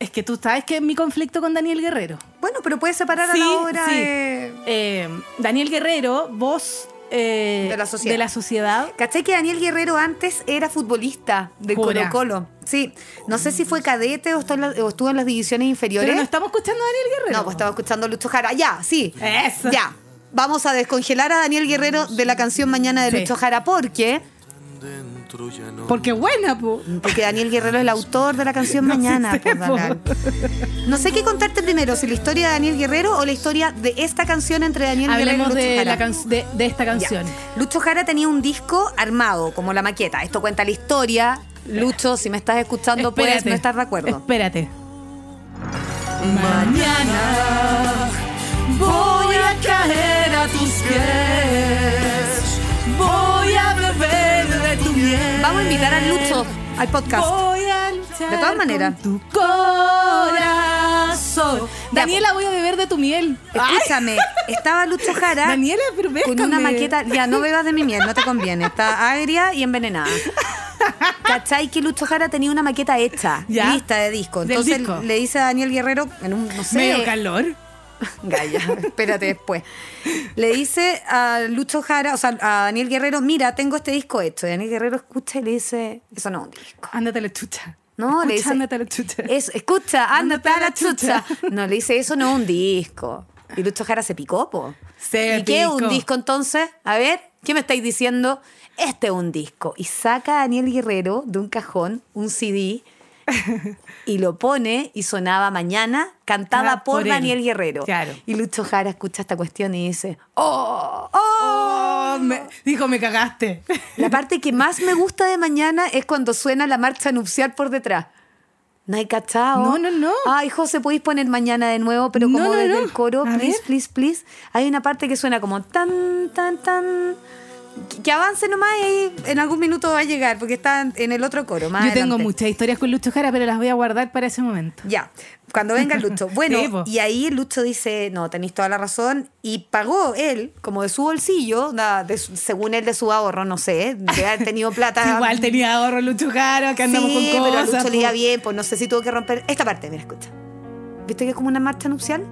Speaker 5: Es que tú sabes que mi conflicto con Daniel Guerrero.
Speaker 4: Bueno, pero puedes separar a la obra de-
Speaker 5: Eh, Daniel Guerrero, voz eh,
Speaker 4: De la sociedad.
Speaker 5: de la sociedad.
Speaker 4: ¿Cachai que Daniel Guerrero antes era futbolista de
Speaker 5: Jura.
Speaker 4: Colo Colo? Sí. No sé si fue cadete o estuvo en, la- o estuvo en las divisiones inferiores.
Speaker 5: Pero no estamos escuchando a Daniel Guerrero.
Speaker 4: No, pues estaba escuchando a Lucho Jara. Ya, sí.
Speaker 5: Eso.
Speaker 4: Ya. Vamos a descongelar a Daniel Guerrero de la canción Mañana de
Speaker 5: Sí.
Speaker 4: Lucho Jara porque
Speaker 5: Porque buena, po.
Speaker 4: Porque Daniel Guerrero es el autor de la canción Mañana.
Speaker 5: sí sé,
Speaker 4: pues, Danán. No sé qué contarte primero, si la historia de Daniel Guerrero o la historia de esta canción entre Daniel
Speaker 5: Hablemos
Speaker 4: Guerrero y Lucho
Speaker 5: de,
Speaker 4: Jara.
Speaker 5: la can- de, de esta canción.
Speaker 4: Ya. Lucho Jara tenía un disco armado, como la maqueta. Esto cuenta la historia. Lucho, si me estás escuchando, puedes no estar de acuerdo.
Speaker 5: Espérate. Mañana voy a caer a tus pies. Voy a beber de tu miel.
Speaker 4: Vamos a invitar a Lucho al podcast.
Speaker 5: Voy a luchar
Speaker 4: De todas maneras.
Speaker 5: con tu corazón.
Speaker 4: Ya, pues.
Speaker 5: Daniela, voy a beber de tu miel.
Speaker 4: Escúchame, estaba Lucho
Speaker 5: (laughs)
Speaker 4: Jara.
Speaker 5: Ay, Daniela, pero
Speaker 4: con una
Speaker 5: béscame.
Speaker 4: maqueta. Ya, no bebas de mi miel, no te conviene. Está agria y envenenada. ¿Cachai? Que Lucho Jara tenía una maqueta hecha,
Speaker 5: Ya.
Speaker 4: lista de disco.
Speaker 5: Del
Speaker 4: Entonces
Speaker 5: disco.
Speaker 4: le dice a Daniel Guerrero, en un, no sé,
Speaker 5: Medio calor.
Speaker 4: Gaya, espérate después. Le dice a Lucho Jara, o sea, a Daniel Guerrero, mira, tengo este disco hecho. Y Daniel Guerrero escucha y le dice, eso no es un
Speaker 5: (laughs)
Speaker 4: disco.
Speaker 5: Ándate la chucha.
Speaker 4: No,
Speaker 5: Escucha,
Speaker 4: le dice, "Eh,
Speaker 5: Ándate la chucha.
Speaker 4: Eso, escucha, ándate a la
Speaker 5: Ándate a la
Speaker 4: chucha.
Speaker 5: chucha.
Speaker 4: No, le dice, eso no es un disco. Y Lucho Jara se picó, po.
Speaker 5: Se
Speaker 4: ¿Y qué es un
Speaker 5: picó.
Speaker 4: disco entonces? A ver, ¿qué me estáis diciendo? Este es un disco. Y saca a Daniel Guerrero de un cajón un CD y lo pone y sonaba mañana, cantada
Speaker 5: Ah,
Speaker 4: por,
Speaker 5: por él.
Speaker 4: Daniel Guerrero.
Speaker 5: Claro.
Speaker 4: Y Lucho Jara escucha esta cuestión y dice, ¡Oh! ¡Oh!
Speaker 5: Oh, me- dijo, me cagaste.
Speaker 4: La parte que más me gusta de mañana es cuando suena la marcha nupcial por detrás. No hay cachao.
Speaker 5: No, no, no.
Speaker 4: Ay, José, podéis poner mañana de nuevo, pero
Speaker 5: No,
Speaker 4: como
Speaker 5: no,
Speaker 4: desde
Speaker 5: no.
Speaker 4: el coro,
Speaker 5: A
Speaker 4: please,
Speaker 5: ver.
Speaker 4: please, please. Hay una parte que suena como tan, tan, tan. Que, que avance nomás y ahí en algún minuto va a llegar, porque está en- en el otro coro. Más
Speaker 5: Yo tengo
Speaker 4: adelante.
Speaker 5: muchas historias con Lucho Jara, pero las voy a guardar para ese momento.
Speaker 4: Ya, cuando venga
Speaker 5: (laughs)
Speaker 4: el Lucho. Bueno,
Speaker 5: Sí, po.
Speaker 4: y ahí el Lucho dice, no, tenéis toda la razón, y pagó él, como de su bolsillo, nada, de su- según él de su ahorro, no sé, de
Speaker 5: (laughs)
Speaker 4: haber tenido plata.
Speaker 5: Igual tenía ahorro Lucho Jara, que andamos
Speaker 4: Ah. sí,
Speaker 5: con
Speaker 4: pero a
Speaker 5: cosas.
Speaker 4: Lucho le
Speaker 5: po.
Speaker 4: iba bien, pues no sé si tuvo que romper. Esta parte, mira, escucha. ¿Viste que es como una marcha nupcial?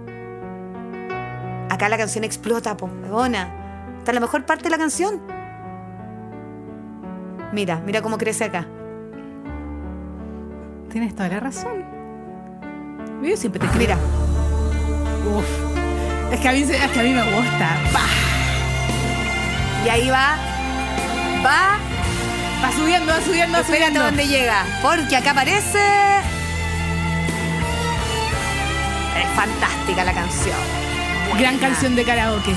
Speaker 4: Acá la canción explota, po, huevona. Está la mejor parte de la canción. Mira, mira cómo crece acá.
Speaker 5: Tienes toda la razón. Yo siempre te
Speaker 4: Ah, Mira,
Speaker 5: Uf. Es que a mí, se- es que a mí me gusta. Pa,
Speaker 4: y ahí va. Va
Speaker 5: va subiendo, va subiendo, va
Speaker 4: Espera hasta
Speaker 5: subiendo.
Speaker 4: dónde llega. Porque acá aparece. Es fantástica la canción.
Speaker 5: Gran canción de karaoke.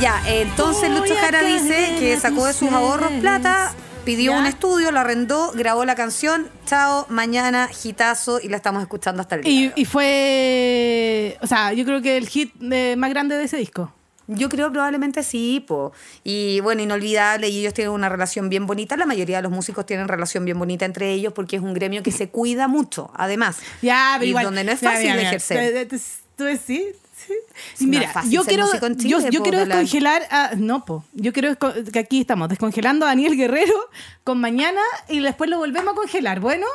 Speaker 4: Ya, entonces
Speaker 5: Voy
Speaker 4: Lucho
Speaker 5: a
Speaker 4: Jara
Speaker 5: caer
Speaker 4: dice
Speaker 5: a
Speaker 4: que
Speaker 5: tus
Speaker 4: sacó de sus ahorros
Speaker 5: pies.
Speaker 4: plata, pidió
Speaker 5: ¿Ya?
Speaker 4: un estudio, lo arrendó, grabó la canción. Chao, mañana, hitazo, y la estamos escuchando hasta el día.
Speaker 5: Y, y fue. O sea, yo creo que el hit de- más grande de ese disco.
Speaker 4: Yo creo probablemente sí, po. Y bueno, inolvidable, y ellos tienen una relación bien bonita. La mayoría de los músicos tienen relación bien bonita entre ellos porque es un gremio que se cuida mucho, además.
Speaker 5: Ya, pero
Speaker 4: y
Speaker 5: igual.
Speaker 4: donde no es
Speaker 5: Ya,
Speaker 4: fácil
Speaker 5: mira, mira.
Speaker 4: ejercer.
Speaker 5: Tú- Tú tú- sí. sí.
Speaker 4: no es
Speaker 5: Mira,
Speaker 4: fácil
Speaker 5: yo
Speaker 4: ser
Speaker 5: quiero,
Speaker 4: músico en Chile,
Speaker 5: yo, yo
Speaker 4: po,
Speaker 5: quiero
Speaker 4: Galán.
Speaker 5: descongelar a. No, po. Yo quiero desco- que aquí estamos descongelando a Daniel Guerrero con mañana y después lo volvemos a congelar. Bueno,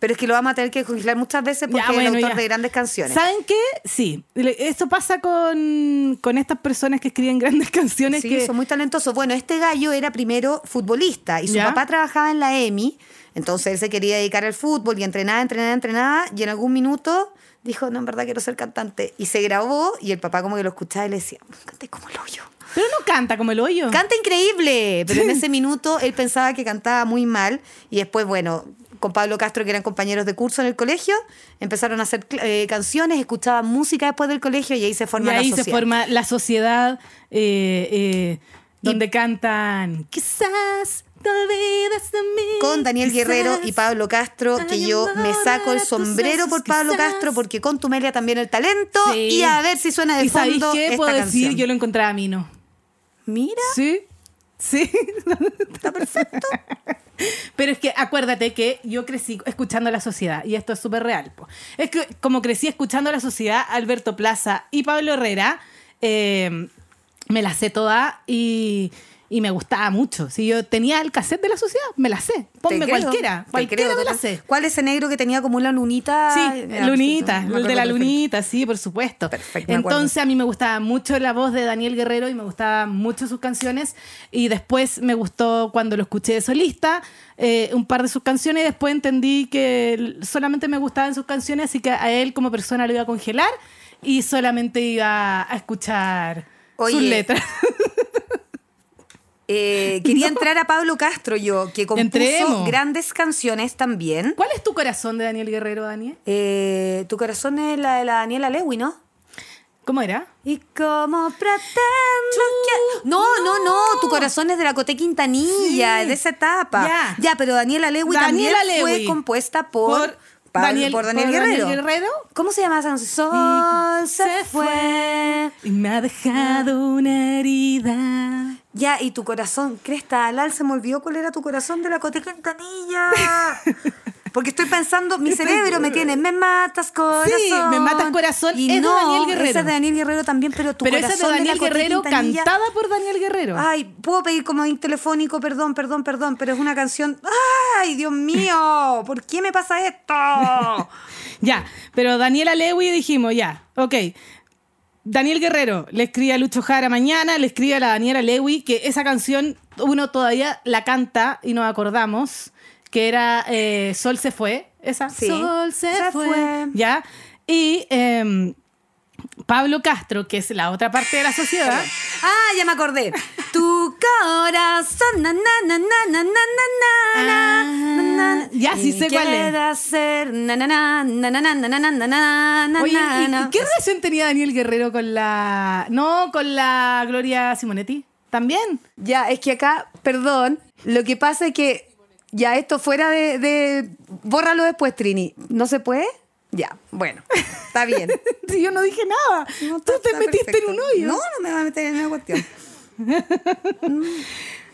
Speaker 4: Pero es que lo vamos a tener que congelar muchas veces porque
Speaker 5: Ya,
Speaker 4: es el
Speaker 5: bueno,
Speaker 4: autor
Speaker 5: ya.
Speaker 4: de grandes canciones.
Speaker 5: ¿Saben qué? Sí. Eso pasa con, con estas personas que escriben grandes (laughs) canciones
Speaker 4: Sí,
Speaker 5: que
Speaker 4: son muy talentosos. Bueno, este gallo era primero futbolista y su
Speaker 5: ¿Ya?
Speaker 4: papá trabajaba en la EMI, entonces él se quería dedicar al fútbol y entrenaba, entrenaba, entrenaba y en algún minuto dijo, no, en verdad quiero ser cantante. Y se grabó y el papá como que lo escuchaba y le decía, cante como el hoyo.
Speaker 5: Pero no canta como el hoyo.
Speaker 4: Canta increíble, pero en ese minuto él pensaba que cantaba muy mal y después, bueno, con Pablo Castro, que eran compañeros de curso en el colegio, empezaron a hacer cl- eh, canciones, escuchaban música después del colegio y ahí se
Speaker 5: y
Speaker 4: forma
Speaker 5: ahí
Speaker 4: la
Speaker 5: se
Speaker 4: sociedad.
Speaker 5: forma la sociedad eh, eh, donde cantan quizás te olvides de mí.
Speaker 4: con Daniel
Speaker 5: quizás".
Speaker 4: Guerrero y Pablo Castro, que
Speaker 5: Ay,
Speaker 4: yo
Speaker 5: amor,
Speaker 4: me saco el
Speaker 5: tus
Speaker 4: sombrero
Speaker 5: besos
Speaker 4: por Pablo
Speaker 5: quizás.
Speaker 4: Castro, porque con Tumelia también el talento,
Speaker 5: Sí.
Speaker 4: y a ver si suena de
Speaker 5: ¿Y sabéis
Speaker 4: fondo
Speaker 5: qué
Speaker 4: esta
Speaker 5: puedo
Speaker 4: canción.
Speaker 5: decir? Yo lo encontraba a mí, ¿no?
Speaker 4: Mira,
Speaker 5: Sí. Sí.
Speaker 4: (laughs)
Speaker 5: Está perfecto. Pero es que acuérdate que yo crecí escuchando a la sociedad y esto es súper real. po. Es que como crecí escuchando a la sociedad, Alberto Plaza y Pablo Herrera, eh, me la sé toda y, y me gustaba mucho. Si yo tenía el cassette de la sociedad, me la sé. Ponme
Speaker 4: te creo,
Speaker 5: cualquiera.
Speaker 4: te
Speaker 5: Cualquiera
Speaker 4: creo,
Speaker 5: me la
Speaker 4: total.
Speaker 5: sé.
Speaker 4: ¿Cuál es ese negro que tenía como una lunita?
Speaker 5: Sí,
Speaker 4: Mira,
Speaker 5: Lunita,
Speaker 4: no me
Speaker 5: el
Speaker 4: acuerdo
Speaker 5: de la
Speaker 4: perfecto.
Speaker 5: Lunita, sí, por supuesto.
Speaker 4: Perfecto, me acuerdo.
Speaker 5: Entonces a mí me gustaba mucho la voz de Daniel Guerrero y me gustaban mucho sus canciones y después me gustó cuando lo escuché de solista, eh, un par de sus canciones y después entendí que l- solamente me gustaban sus canciones, así que a él como persona lo iba a congelar y solamente iba a escuchar sus
Speaker 4: Oye,
Speaker 5: letras. (laughs)
Speaker 4: eh, quería entrar a Pablo Castro yo, que compuso
Speaker 5: Entremos.
Speaker 4: grandes canciones también.
Speaker 5: ¿Cuál es tu corazón de Daniel Guerrero, Daniel?
Speaker 4: Eh, tu corazón es la de la Daniela Lewy, ¿no?
Speaker 5: ¿Cómo era?
Speaker 4: Y como pretendo que... No, no, no, tu corazón es de la Cote Quintanilla,
Speaker 5: Sí.
Speaker 4: es de esa etapa.
Speaker 5: Ya.
Speaker 4: Ya, pero Daniela Lewy
Speaker 5: Daniela
Speaker 4: también fue
Speaker 5: Lewy.
Speaker 4: compuesta por,
Speaker 5: Por
Speaker 4: Pablo-
Speaker 5: Daniel-
Speaker 4: por Daniel
Speaker 5: por Daniel
Speaker 4: Guerrero.
Speaker 5: Guerrero.
Speaker 4: ¿Cómo se llama esa canción? Sol se
Speaker 5: se
Speaker 4: fue.
Speaker 5: Y me ha dejado una herida.
Speaker 4: Ya, y tu corazón, cresta, al alza, me olvidó cuál era tu corazón de la
Speaker 5: (laughs)
Speaker 4: Cote Quintanilla. Porque estoy pensando, mi cerebro me tiene, me matas corazón.
Speaker 5: me matas corazón,
Speaker 4: Y
Speaker 5: es de
Speaker 4: no,
Speaker 5: Daniel Guerrero.
Speaker 4: Esa es de Daniel Guerrero también, pero tu
Speaker 5: Pero esa
Speaker 4: corazón
Speaker 5: es de Daniel
Speaker 4: la Ah, Cote
Speaker 5: Guerrero,
Speaker 4: Quintanilla-
Speaker 5: cantada por Daniel Guerrero.
Speaker 4: Ay, puedo pedir como telefónico, perdón, perdón, perdón, pero es una canción. ¡Ay, Dios mío! ¿Por qué me pasa (laughs) esto? Ah,
Speaker 5: Ya, pero Daniela Lewy dijimos, ya, ok. Daniel Guerrero le escribe a Lucho Jara mañana, le escribe a la Daniela Lewy, que esa canción uno todavía la canta y nos acordamos, que era eh, Sol se fue, esa.
Speaker 4: Sí.
Speaker 5: Sol se,
Speaker 4: Se
Speaker 5: fue.
Speaker 4: fue.
Speaker 5: Ya. Y em, Pablo Castro, que es la otra parte de la sociedad.
Speaker 4: Ah, ya me acordé. Tu corazón, na, na, na, na, na, na, na, na, na, na.
Speaker 5: Ya, sí sé
Speaker 4: Y
Speaker 5: cuál es.
Speaker 4: quiera ser, na, na, na, na, na, na, na, na, na, na, na,
Speaker 5: Oye,
Speaker 4: na,
Speaker 5: ¿y- y
Speaker 4: na.
Speaker 5: ¿qué relación tenía Daniel Guerrero con la. No, con la Gloria Simonetti? También. (laughs)
Speaker 4: Ya, es que acá, perdón, lo que pasa es que ya esto fuera de, de... Bórralo después, Trini. ¿No se puede? Ya, bueno, está bien. (laughs)
Speaker 5: Si yo no dije nada.
Speaker 4: No,
Speaker 5: Tú
Speaker 4: está-
Speaker 5: te
Speaker 4: está
Speaker 5: metiste
Speaker 4: perfecto.
Speaker 5: en un hoyo.
Speaker 4: No, no me va a meter en una cuestión.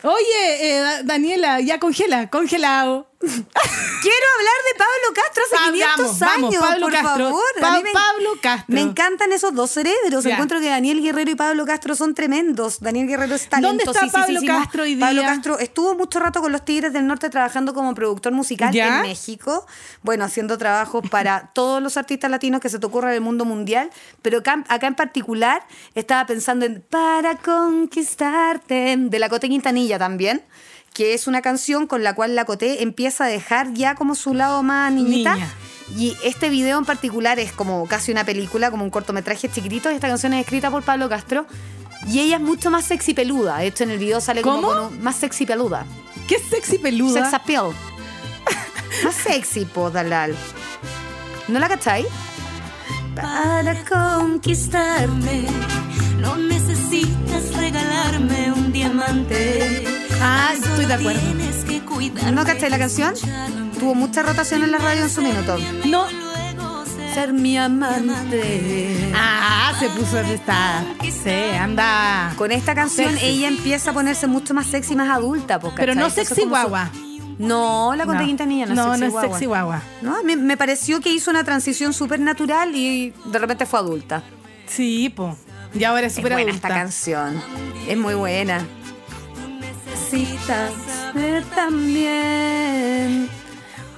Speaker 5: Oye, eh, Da- Daniela, ya congela, congelado.
Speaker 4: (laughs) Quiero hablar de Pablo Castro hace
Speaker 5: Vamos,
Speaker 4: 500 años,
Speaker 5: vamos, Pablo
Speaker 4: por
Speaker 5: Castro.
Speaker 4: favor. A
Speaker 5: Pa-
Speaker 4: mí me-
Speaker 5: Pablo Castro.
Speaker 4: Me encantan esos dos cerebros.
Speaker 5: Ya.
Speaker 4: Encuentro que Daniel Guerrero y Pablo Castro son tremendos. Daniel Guerrero es
Speaker 5: ¿Dónde está Pablo
Speaker 4: talentosísimo.
Speaker 5: Castro hoy día?
Speaker 4: Pablo Castro estuvo mucho rato con los Tigres del Norte trabajando como productor musical
Speaker 5: ¿Ya?
Speaker 4: en México. Bueno, haciendo trabajos
Speaker 5: (laughs)
Speaker 4: para todos los artistas latinos que se te ocurra del mundo mundial. Pero acá, acá en particular estaba pensando en Para conquistarte, de la Cote Quintanilla también que es una canción con la cual la Coté empieza a dejar ya como su lado más niñita.
Speaker 5: Niña.
Speaker 4: Y este video en particular es como casi una película, como un cortometraje chiquitito. Y esta canción es escrita por Pablo Castro. Y ella es mucho más sexy peluda. De hecho, en el video sale como
Speaker 5: ¿Cómo?
Speaker 4: con un- más sexy peluda.
Speaker 5: Qué sexy peluda.
Speaker 4: Sex appeal. (laughs) más sexy, po, Dalal. ¿No la cacháis? Para conquistarme,
Speaker 7: No necesitas regalarme un diamante.
Speaker 5: Ah, estoy de acuerdo.
Speaker 7: Tienes que cuidarme.
Speaker 4: ¿No cacháis la canción? Tuvo mucha rotación en la radio en su minuto.
Speaker 5: No.
Speaker 4: Ser mi amante.
Speaker 5: Ah, se puso esta. Se anda.
Speaker 4: Con esta canción
Speaker 5: Sexy.
Speaker 4: ella empieza a ponerse mucho más sexy, más adulta. po,
Speaker 5: Pero
Speaker 4: ¿cachai?
Speaker 5: no
Speaker 4: Entonces,
Speaker 5: sexy
Speaker 4: como su-
Speaker 5: guagua.
Speaker 4: No, la Conte
Speaker 5: No.
Speaker 4: Quintanilla no,
Speaker 5: No,
Speaker 4: es sexy
Speaker 5: no es
Speaker 4: guagua.
Speaker 5: sexy guagua.
Speaker 4: No, me, me pareció que hizo una transición súper natural y de repente fue adulta.
Speaker 5: Sí, po. Y ahora es
Speaker 4: Es
Speaker 5: súper
Speaker 4: buena
Speaker 5: adulta.
Speaker 4: esta canción. Es muy buena. Necesitas ver también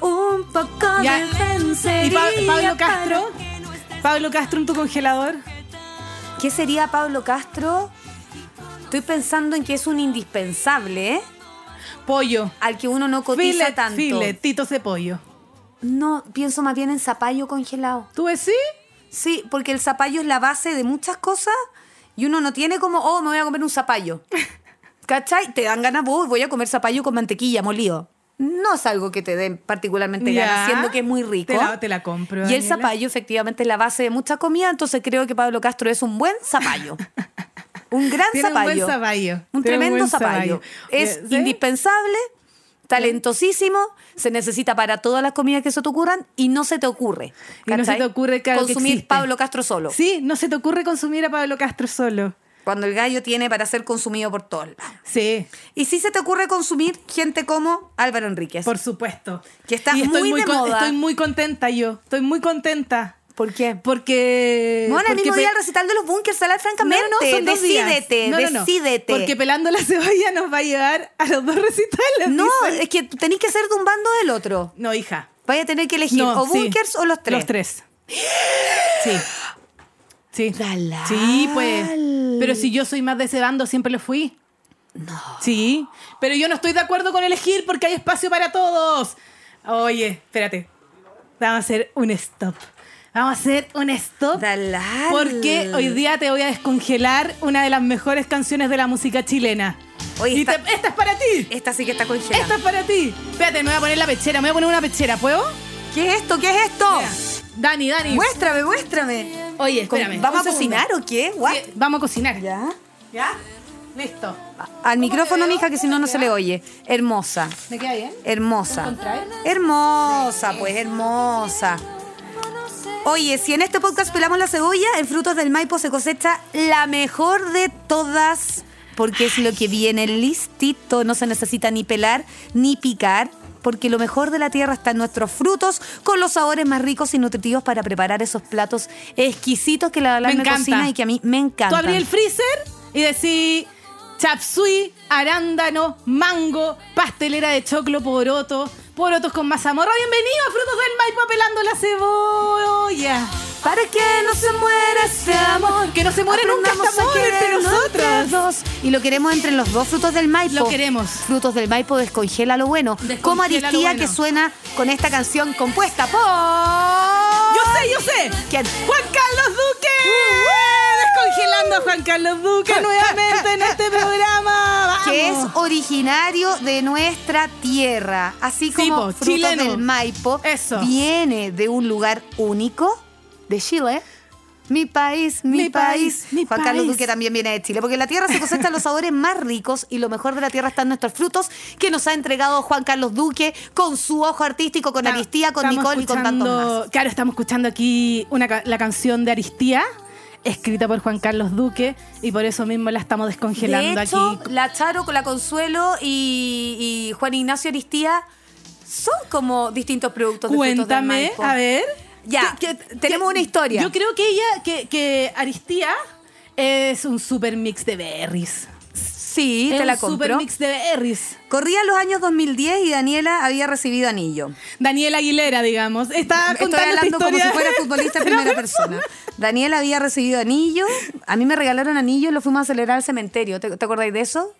Speaker 4: un poco
Speaker 5: Ya.
Speaker 4: de vencería
Speaker 5: Y Pa- Pablo
Speaker 4: para-
Speaker 5: Castro. Pablo Castro en tu congelador.
Speaker 4: ¿Qué sería Pablo Castro? Estoy pensando en que es un indispensable, ¿eh?
Speaker 5: Pollo.
Speaker 4: al que uno no cotiza
Speaker 5: Filet,
Speaker 4: tanto.
Speaker 5: filetitos de pollo.
Speaker 4: No, pienso más bien en zapallo congelado.
Speaker 5: ¿Tú ves sí?
Speaker 4: Sí, porque el zapallo es la base de muchas cosas y uno no tiene como, oh, me voy a comer
Speaker 5: (laughs)
Speaker 4: un zapallo. ¿Cachai? Te dan ganas, vos voy a comer zapallo con mantequilla molido. No es algo que te den particularmente ganas,
Speaker 5: Ya.
Speaker 4: siendo que es muy rico.
Speaker 5: Te la- te la compro,
Speaker 4: Y el
Speaker 5: Daniela.
Speaker 4: zapallo, efectivamente, es la base de mucha comida, entonces creo que Pablo Castro es un buen
Speaker 5: (laughs)
Speaker 4: zapallo. Un gran
Speaker 5: Tiene un
Speaker 4: zapallo.
Speaker 5: buen zapallo.
Speaker 4: Un
Speaker 5: Tiene un
Speaker 4: tremendo
Speaker 5: buen
Speaker 4: zapallo.
Speaker 5: zapallo.
Speaker 4: Es
Speaker 5: ¿Sí?
Speaker 4: indispensable, talentosísimo, se necesita para todas las comidas que se te ocurran y no se te ocurre.
Speaker 5: Y no se
Speaker 4: ¿cachai?
Speaker 5: te ocurre, claro, que
Speaker 4: Consumir
Speaker 5: existe.
Speaker 4: Pablo Castro solo.
Speaker 5: Sí, no se te ocurre consumir a Pablo Castro solo.
Speaker 4: Cuando el gallo tiene para ser consumido por todos lados.
Speaker 5: Sí,
Speaker 4: Y sí se te ocurre consumir gente como Álvaro Enríquez.
Speaker 5: por supuesto.
Speaker 4: Que está
Speaker 5: Y estoy
Speaker 4: muy de
Speaker 5: con-
Speaker 4: moda.
Speaker 5: Estoy muy contenta yo, estoy muy contenta.
Speaker 4: ¿Por qué?
Speaker 5: Porque...
Speaker 4: Bueno, el
Speaker 5: porque
Speaker 4: mismo día
Speaker 5: pe-
Speaker 4: el recital de los bunkers, sale francamente.
Speaker 5: No, no, no, son dos días.
Speaker 4: decídete,
Speaker 5: No, no, no.
Speaker 4: decídete.
Speaker 5: Porque pelando la cebolla nos va a llevar a los dos recitales.
Speaker 4: No,
Speaker 5: dicen.
Speaker 4: es que tenéis que ser de un bando o del otro.
Speaker 5: No, hija.
Speaker 4: Vaya a tener que elegir
Speaker 5: No,
Speaker 4: o
Speaker 5: sí.
Speaker 4: bunkers o los tres.
Speaker 5: Los tres. Sí. Sí.
Speaker 4: Dalal.
Speaker 5: Sí, pues. Pero si yo soy más de ese bando, siempre lo fui. No. Sí. Pero yo no estoy de acuerdo con elegir porque hay espacio para todos. Oye, espérate. Vamos a hacer un stop. Vamos a hacer un stop.
Speaker 4: Dalal.
Speaker 5: Porque hoy día te voy a descongelar una de las mejores canciones de la música chilena.
Speaker 4: Oye,
Speaker 5: Y
Speaker 4: esta-
Speaker 5: te- ¡Esta es para ti!
Speaker 4: Esta sí que está con Sheila.
Speaker 5: ¡Esta es para ti! Espérate, me voy a poner la pechera, me voy a poner una pechera, ¿puedo?
Speaker 4: ¿Qué es esto? ¿Qué es esto?
Speaker 5: Mira. Dani, Dani.
Speaker 4: Muéstrame, muéstrame.
Speaker 5: Oye,
Speaker 4: Con-
Speaker 5: espérame.
Speaker 4: ¿Vamos
Speaker 5: un
Speaker 4: a
Speaker 5: segundo.
Speaker 4: cocinar o qué? What?
Speaker 5: Sí, vamos a cocinar.
Speaker 4: ¿Ya?
Speaker 5: ¿Ya? Listo.
Speaker 4: Al micrófono, mija, que si no, no se le oye. Hermosa.
Speaker 5: ¿Me queda bien?
Speaker 4: Hermosa.
Speaker 5: ¿Contraer?
Speaker 4: Hermosa, pues, hermosa. Oye, si en este podcast pelamos la cebolla, en Frutos del Maipo se cosecha la mejor de todas, porque es lo que viene listito, no se necesita ni pelar ni picar. Porque lo mejor de la tierra está en nuestros frutos, con los sabores más ricos y nutritivos para preparar esos platos exquisitos que la
Speaker 5: Me
Speaker 4: Dalai me
Speaker 5: encanta.
Speaker 4: cocina y que a mí me
Speaker 5: Tú
Speaker 4: encantan.
Speaker 5: abrí el freezer y decís chapsui, arándano, mango, pastelera de choclo, poroto, porotos con mazamorra. Bienvenido a Frutos del Maipo pelando la cebolla.
Speaker 4: Para que no se muera este amor.
Speaker 5: Que no se muere nunca este
Speaker 4: Aprendamos a
Speaker 5: amor entre
Speaker 4: querernos
Speaker 5: nosotras.
Speaker 4: entre dos. Y lo queremos entre los dos frutos del Maipo.
Speaker 5: Lo queremos.
Speaker 4: Frutos del Maipo descongela lo bueno.
Speaker 5: Descongela
Speaker 4: Como
Speaker 5: lo
Speaker 4: Aristía
Speaker 5: bueno.
Speaker 4: que suena con esta canción compuesta por.
Speaker 5: Yo sé, yo sé.
Speaker 4: ¿Quién?
Speaker 5: Juan Carlos Duque.
Speaker 4: Uh-huh.
Speaker 5: Descongelando a Juan Carlos Duque nuevamente en este programa. Vamos.
Speaker 4: que es originario de nuestra tierra. Así
Speaker 5: Sí,
Speaker 4: como
Speaker 5: po,
Speaker 4: Frutos
Speaker 5: chileno.
Speaker 4: del Maipo
Speaker 5: Eso.
Speaker 4: viene de un lugar único de Chile. Mi país, mi,
Speaker 5: Mi
Speaker 4: país.
Speaker 5: país, mi
Speaker 4: Juan Carlos
Speaker 5: país.
Speaker 4: Duque también viene de Chile, porque en la tierra se cosechan los sabores más ricos y lo mejor de la tierra están nuestros frutos que nos ha entregado Juan Carlos Duque con su ojo artístico, con Aristía, con
Speaker 5: Estamos
Speaker 4: Nicole y con tantos
Speaker 5: escuchando-
Speaker 4: más.
Speaker 5: Claro, estamos escuchando aquí una, ca- la canción de Aristía, escrita por Juan Carlos Duque, y por eso mismo la estamos descongelando
Speaker 4: de hecho,
Speaker 5: aquí.
Speaker 4: la Charo, con la Consuelo y, y Juan Ignacio Aristía son como distintos productos de frutos del
Speaker 5: Cuéntame,
Speaker 4: Maipo.
Speaker 5: a ver.
Speaker 4: Ya,
Speaker 5: ¿Qué- qué-
Speaker 4: tenemos
Speaker 5: qué-
Speaker 4: una historia.
Speaker 5: Yo creo que ella, que, que Aristía es un super mix de berries.
Speaker 4: Sí,
Speaker 5: es
Speaker 4: te la
Speaker 5: un super
Speaker 4: compro.
Speaker 5: mix de berries.
Speaker 4: Corrían los años 2010 y Daniela había recibido anillo.
Speaker 5: Daniela Aguilera, digamos, está
Speaker 4: Estoy
Speaker 5: contando esta
Speaker 4: hablando como
Speaker 5: historia.
Speaker 4: si fuera
Speaker 5: de
Speaker 4: futbolista en
Speaker 5: tercera
Speaker 4: primera persona. Daniela había recibido anillo. A mí me regalaron anillo y lo fuimos a celebrar al cementerio. ¿Te, te acordáis
Speaker 5: (laughs)
Speaker 4: de eso?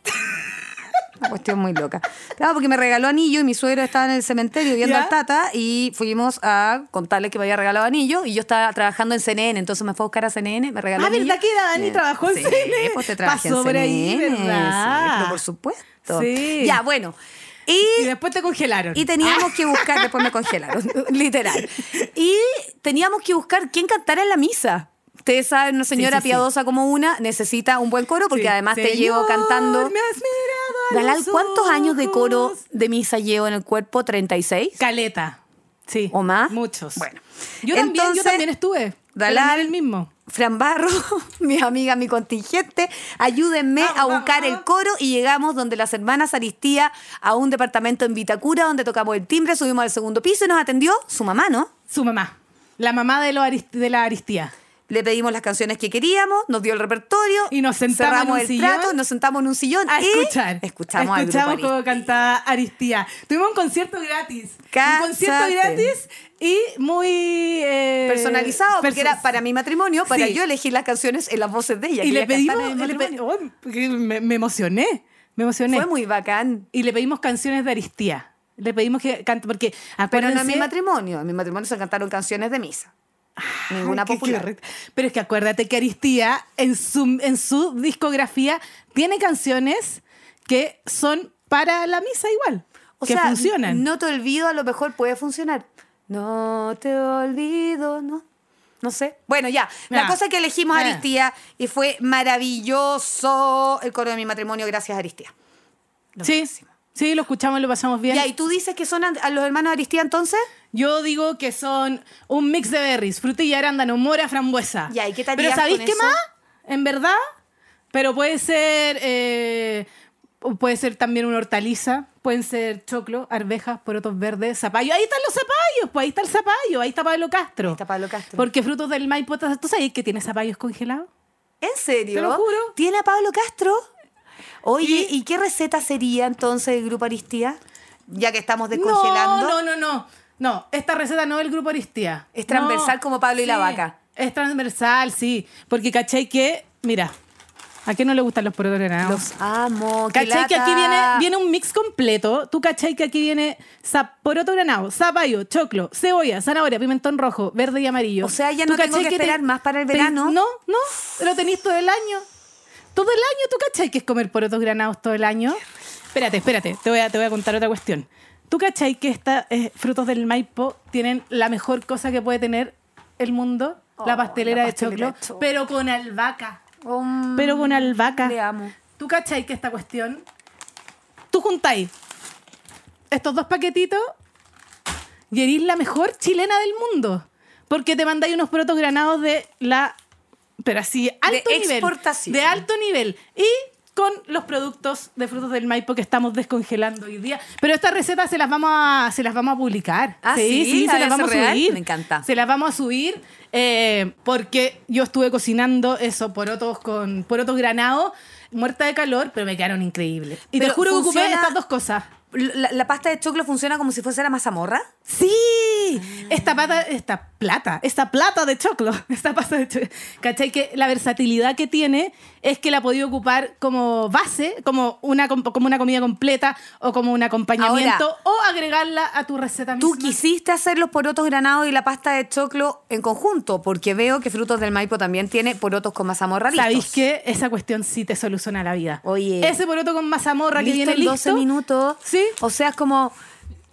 Speaker 4: Una cuestión muy loca. Claro, porque me regaló anillo y mi suegro estaba en el cementerio viendo
Speaker 5: ¿Ya?
Speaker 4: al tata y fuimos a contarle que me había regalado anillo y yo estaba trabajando en CNN, entonces me fue a buscar a CNN, me
Speaker 5: (laughs)
Speaker 4: regaló
Speaker 5: Ah,
Speaker 4: anillo.
Speaker 5: ¿verdad que la Dani
Speaker 4: Eh,
Speaker 5: trabajó en
Speaker 4: sí,
Speaker 5: CNN?
Speaker 4: pues te trabajé
Speaker 5: Pasó
Speaker 4: en
Speaker 5: por ahí,
Speaker 4: CNN,
Speaker 5: ¿verdad?
Speaker 4: sí, pero por supuesto.
Speaker 5: Sí.
Speaker 4: Ya, bueno. Y,
Speaker 5: Y después te congelaron.
Speaker 4: y teníamos que
Speaker 5: Ah.
Speaker 4: buscar, después me congelaron, (laughs) literal. Y teníamos que buscar quién cantara en la misa. Ustedes saben, una señora
Speaker 5: sí, sí.
Speaker 4: piadosa como una necesita un buen coro porque
Speaker 5: Sí.
Speaker 4: además te
Speaker 5: Señor,
Speaker 4: llevo cantando.
Speaker 5: me has mirado a
Speaker 4: Dalal,
Speaker 5: los
Speaker 4: ¿cuántos años de coro
Speaker 5: ojos?
Speaker 4: de misa llevo en el cuerpo? ¿36?
Speaker 5: Caleta. Sí.
Speaker 4: ¿O más?
Speaker 5: Muchos.
Speaker 4: Bueno.
Speaker 5: Yo también, yo
Speaker 4: Entonces,
Speaker 5: también estuve.
Speaker 4: Dalal-
Speaker 5: Era el mismo.
Speaker 4: Fran Barro, (laughs) mis amigas, mi contingente, ayúdenme
Speaker 5: Vamos,
Speaker 4: a buscar
Speaker 5: vamos.
Speaker 4: el coro y llegamos donde las hermanas Aristía a un departamento en Vitacura donde tocamos el timbre, subimos al segundo piso y nos atendió su mamá, ¿no?
Speaker 5: Su mamá. La mamá de, los Arist- de la Aristía.
Speaker 4: Le pedimos las canciones que queríamos, nos dio el repertorio.
Speaker 5: Y nos sentamos
Speaker 4: cerramos
Speaker 5: en un
Speaker 4: el
Speaker 5: sillón
Speaker 4: trato, nos sentamos en un sillón
Speaker 5: A
Speaker 4: (laughs) y
Speaker 5: escuchar.
Speaker 4: escuchamos, al
Speaker 5: Escuchamos
Speaker 4: grupo
Speaker 5: cómo cantaba Aristía. Tuvimos un concierto gratis.
Speaker 4: Cállate.
Speaker 5: Un concierto gratis y muy. eh,
Speaker 4: personalizado, porque
Speaker 5: perso-
Speaker 4: era para mi matrimonio, para
Speaker 5: Sí.
Speaker 4: yo elegir las canciones en las voces de ella.
Speaker 5: Y
Speaker 4: que
Speaker 5: le
Speaker 4: ella cantara
Speaker 5: pedimos.
Speaker 4: en el
Speaker 5: le pe-
Speaker 4: matrimonio.
Speaker 5: oh, porque me, me emocioné. Me emocioné.
Speaker 4: Fue muy bacán.
Speaker 5: Y le pedimos canciones de Aristía. Le pedimos que cante. Porque
Speaker 4: Pero no en
Speaker 5: acuérdense-
Speaker 4: mi matrimonio. En mi matrimonio se cantaron canciones de misa. Ninguna
Speaker 5: Ah, Ay, qué
Speaker 4: popular.
Speaker 5: correcto. Pero es que acuérdate que Aristía en su, en su discografía tiene canciones que son para la misa igual.
Speaker 4: O
Speaker 5: que
Speaker 4: sea,
Speaker 5: funcionan.
Speaker 4: no te olvido, a lo mejor puede funcionar. No te olvido, no. No sé. Bueno, ya. La
Speaker 5: Ya.
Speaker 4: cosa es que elegimos a
Speaker 5: Ya.
Speaker 4: Aristía y fue maravilloso el coro de mi matrimonio, gracias Aristía.
Speaker 5: sí, sí, lo escuchamos, lo pasamos bien.
Speaker 4: Ya, y tú dices que son an- a los hermanos Aristía entonces.
Speaker 5: Yo digo que son un mix de berries, frutilla, arándano, mora, frambuesa.
Speaker 4: Ya, ¿y qué te
Speaker 5: Pero
Speaker 4: harías
Speaker 5: ¿sabéis
Speaker 4: con
Speaker 5: qué
Speaker 4: eso?
Speaker 5: más? En verdad, pero puede ser eh, puede ser también una hortaliza, pueden ser choclo, arvejas, porotos verdes, zapallo. Ahí están los zapallos, pues ahí está el zapallo, ahí está Pablo Castro. Ahí
Speaker 4: está Pablo Castro.
Speaker 5: Porque frutos del Maipo, ¿tú sabes que tiene zapallos congelados?
Speaker 4: ¿En serio?
Speaker 5: Te lo juro.
Speaker 4: ¿Tiene a Pablo Castro? Oye, ¿y, qué receta sería entonces el grupo Aristía? Ya que estamos descongelando.
Speaker 5: No, no, no, no. No, esta receta no del grupo Aristía.
Speaker 4: Es transversal
Speaker 5: No,
Speaker 4: como Pablo y la
Speaker 5: sí,
Speaker 4: vaca.
Speaker 5: Es transversal, sí. Porque caché que, mira, ¿A qué no le gustan los porotos granados?
Speaker 4: Los amo. qué
Speaker 5: ¿Cachai? Que aquí
Speaker 4: lata.
Speaker 5: viene, viene un mix completo. Tú cachai que aquí viene zap- poroto granado, zapallo, choclo, cebolla, zanahoria, pimentón rojo, verde y amarillo.
Speaker 4: O sea, ya
Speaker 5: Tú
Speaker 4: no tengo
Speaker 5: cachai
Speaker 4: que
Speaker 5: te-
Speaker 4: esperar más para el
Speaker 5: te-
Speaker 4: verano.
Speaker 5: No, no, lo tenés todo el año. Todo el año, ¿tú cachai que es comer porotos granados todo el año? Espérate, espérate, te voy a, te voy a contar otra cuestión. ¿Tú cachai que estas frutos del Maipo tienen la mejor cosa que puede tener el mundo? la pastelera,
Speaker 4: Oh, la pastelera
Speaker 5: de
Speaker 4: de
Speaker 5: choclo,
Speaker 4: choclo.
Speaker 5: pero con albahaca.
Speaker 4: Um,
Speaker 5: Pero con albahaca.
Speaker 4: Te amo.
Speaker 5: ¿Tú cachai que esta cuestión? Tú juntáis estos dos paquetitos y erís la mejor chilena del mundo. Porque te mandáis unos porotos granados de la. Pero así, alto nivel.
Speaker 4: exportación.
Speaker 5: De alto nivel. Y con los productos de frutos del Maipo que estamos descongelando hoy día. Pero estas recetas se las vamos a, se las vamos a publicar.
Speaker 4: Ah, sí, ¿La
Speaker 5: se
Speaker 4: de
Speaker 5: las vamos
Speaker 4: Cerreal?
Speaker 5: a subir.
Speaker 4: Me encanta.
Speaker 5: Se las vamos a subir eh, porque yo estuve cocinando eso, porotos con porotos granados, muerta de calor, pero me quedaron increíbles. Y te
Speaker 4: Pero
Speaker 5: juro que ocupé
Speaker 4: funciona-
Speaker 5: estas dos cosas.
Speaker 4: La, la pasta de choclo funciona como si fuese la mazamorra.
Speaker 5: Sí, Ah. esta pata, esta plata, esta plata de choclo, (laughs) esta pasta de choclo. ¿Cachai? Que la versatilidad que tiene es que la podía ocupar como base, como una, com- como una comida completa o como un acompañamiento
Speaker 4: Ahora,
Speaker 5: o agregarla a tu receta misma.
Speaker 4: Tú quisiste hacer los porotos granados y la pasta de choclo en conjunto, porque veo que Frutos del Maipo también tiene porotos con mazamorra listos.
Speaker 5: ¿Sabéis que esa cuestión sí te soluciona la vida?
Speaker 4: Oye.
Speaker 5: Ese poroto con mazamorra que
Speaker 4: Listo
Speaker 5: viene
Speaker 4: en 12
Speaker 5: listo.
Speaker 4: minutos.
Speaker 5: Sí.
Speaker 4: O sea, es como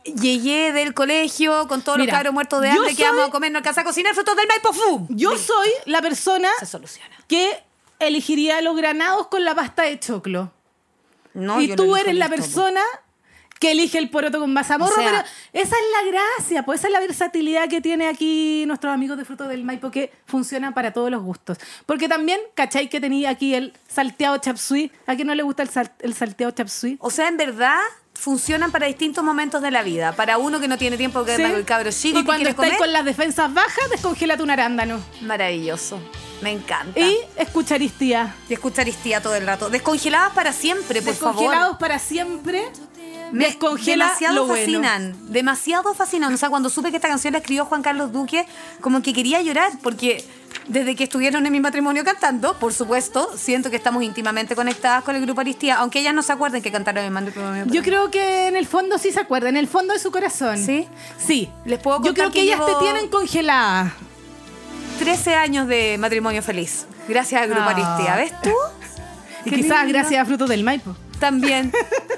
Speaker 4: llegué del colegio con todos
Speaker 5: Mira,
Speaker 4: los cabros muertos de
Speaker 5: yo
Speaker 4: hambre que
Speaker 5: soy-
Speaker 4: vamos a comer, no alcanza a cocinar Frutos del Maipo, ¡fum!
Speaker 5: Yo soy la persona
Speaker 4: Se soluciona.
Speaker 5: que elegiría los granados con la pasta de choclo.
Speaker 4: No,
Speaker 5: y
Speaker 4: yo no
Speaker 5: tú
Speaker 4: elijo
Speaker 5: eres la
Speaker 4: listo, po.
Speaker 5: persona que elige el poroto con mazamorra.
Speaker 4: O sea-
Speaker 5: pero esa es la gracia, pues esa es la versatilidad que tiene aquí nuestros amigos de Fruto del Maipo que funciona para todos los gustos. Porque también, ¿cachai? Que tenía aquí el salteado chapsui. ¿A quién no le gusta el, sal- el salteado chapsui?
Speaker 4: O sea, en verdad funcionan para distintos momentos de la vida. Para uno que no tiene tiempo que
Speaker 5: Sí.
Speaker 4: el cabro chico
Speaker 5: y
Speaker 4: que
Speaker 5: cuando
Speaker 4: quiere
Speaker 5: estáis
Speaker 4: comer,
Speaker 5: con las defensas bajas, descongela tu arándano.
Speaker 4: maravilloso. Me encanta.
Speaker 5: Y escucharistía.
Speaker 4: Y escuchar Istía todo el rato. Descongeladas para siempre, por
Speaker 5: Descongelados
Speaker 4: favor.
Speaker 5: para siempre.
Speaker 4: Me-
Speaker 5: descongela
Speaker 4: demasiado
Speaker 5: lo bueno.
Speaker 4: fascinan, demasiado fascinan. O sea, cuando supe que esta canción la escribió Juan Carlos Duque, como que quería llorar porque desde que estuvieron en mi matrimonio cantando, por supuesto, siento que estamos íntimamente conectadas con el grupo Aristía, aunque ellas no se acuerden que cantaron en mi matrimonio.
Speaker 5: Yo creo que en el fondo sí se acuerda, en el fondo de su corazón.
Speaker 4: ¿Sí?
Speaker 5: Sí.
Speaker 4: Les puedo
Speaker 5: Yo
Speaker 4: contar
Speaker 5: creo que,
Speaker 4: que
Speaker 5: ellas
Speaker 4: llevo-
Speaker 5: te tienen congelada.
Speaker 4: 13 años de matrimonio feliz, gracias al grupo
Speaker 5: Ah.
Speaker 4: Aristía. ¿Ves tú?
Speaker 5: Y
Speaker 4: Qué
Speaker 5: quizás
Speaker 4: lindo.
Speaker 5: gracias a Frutos del Maipo.
Speaker 4: También,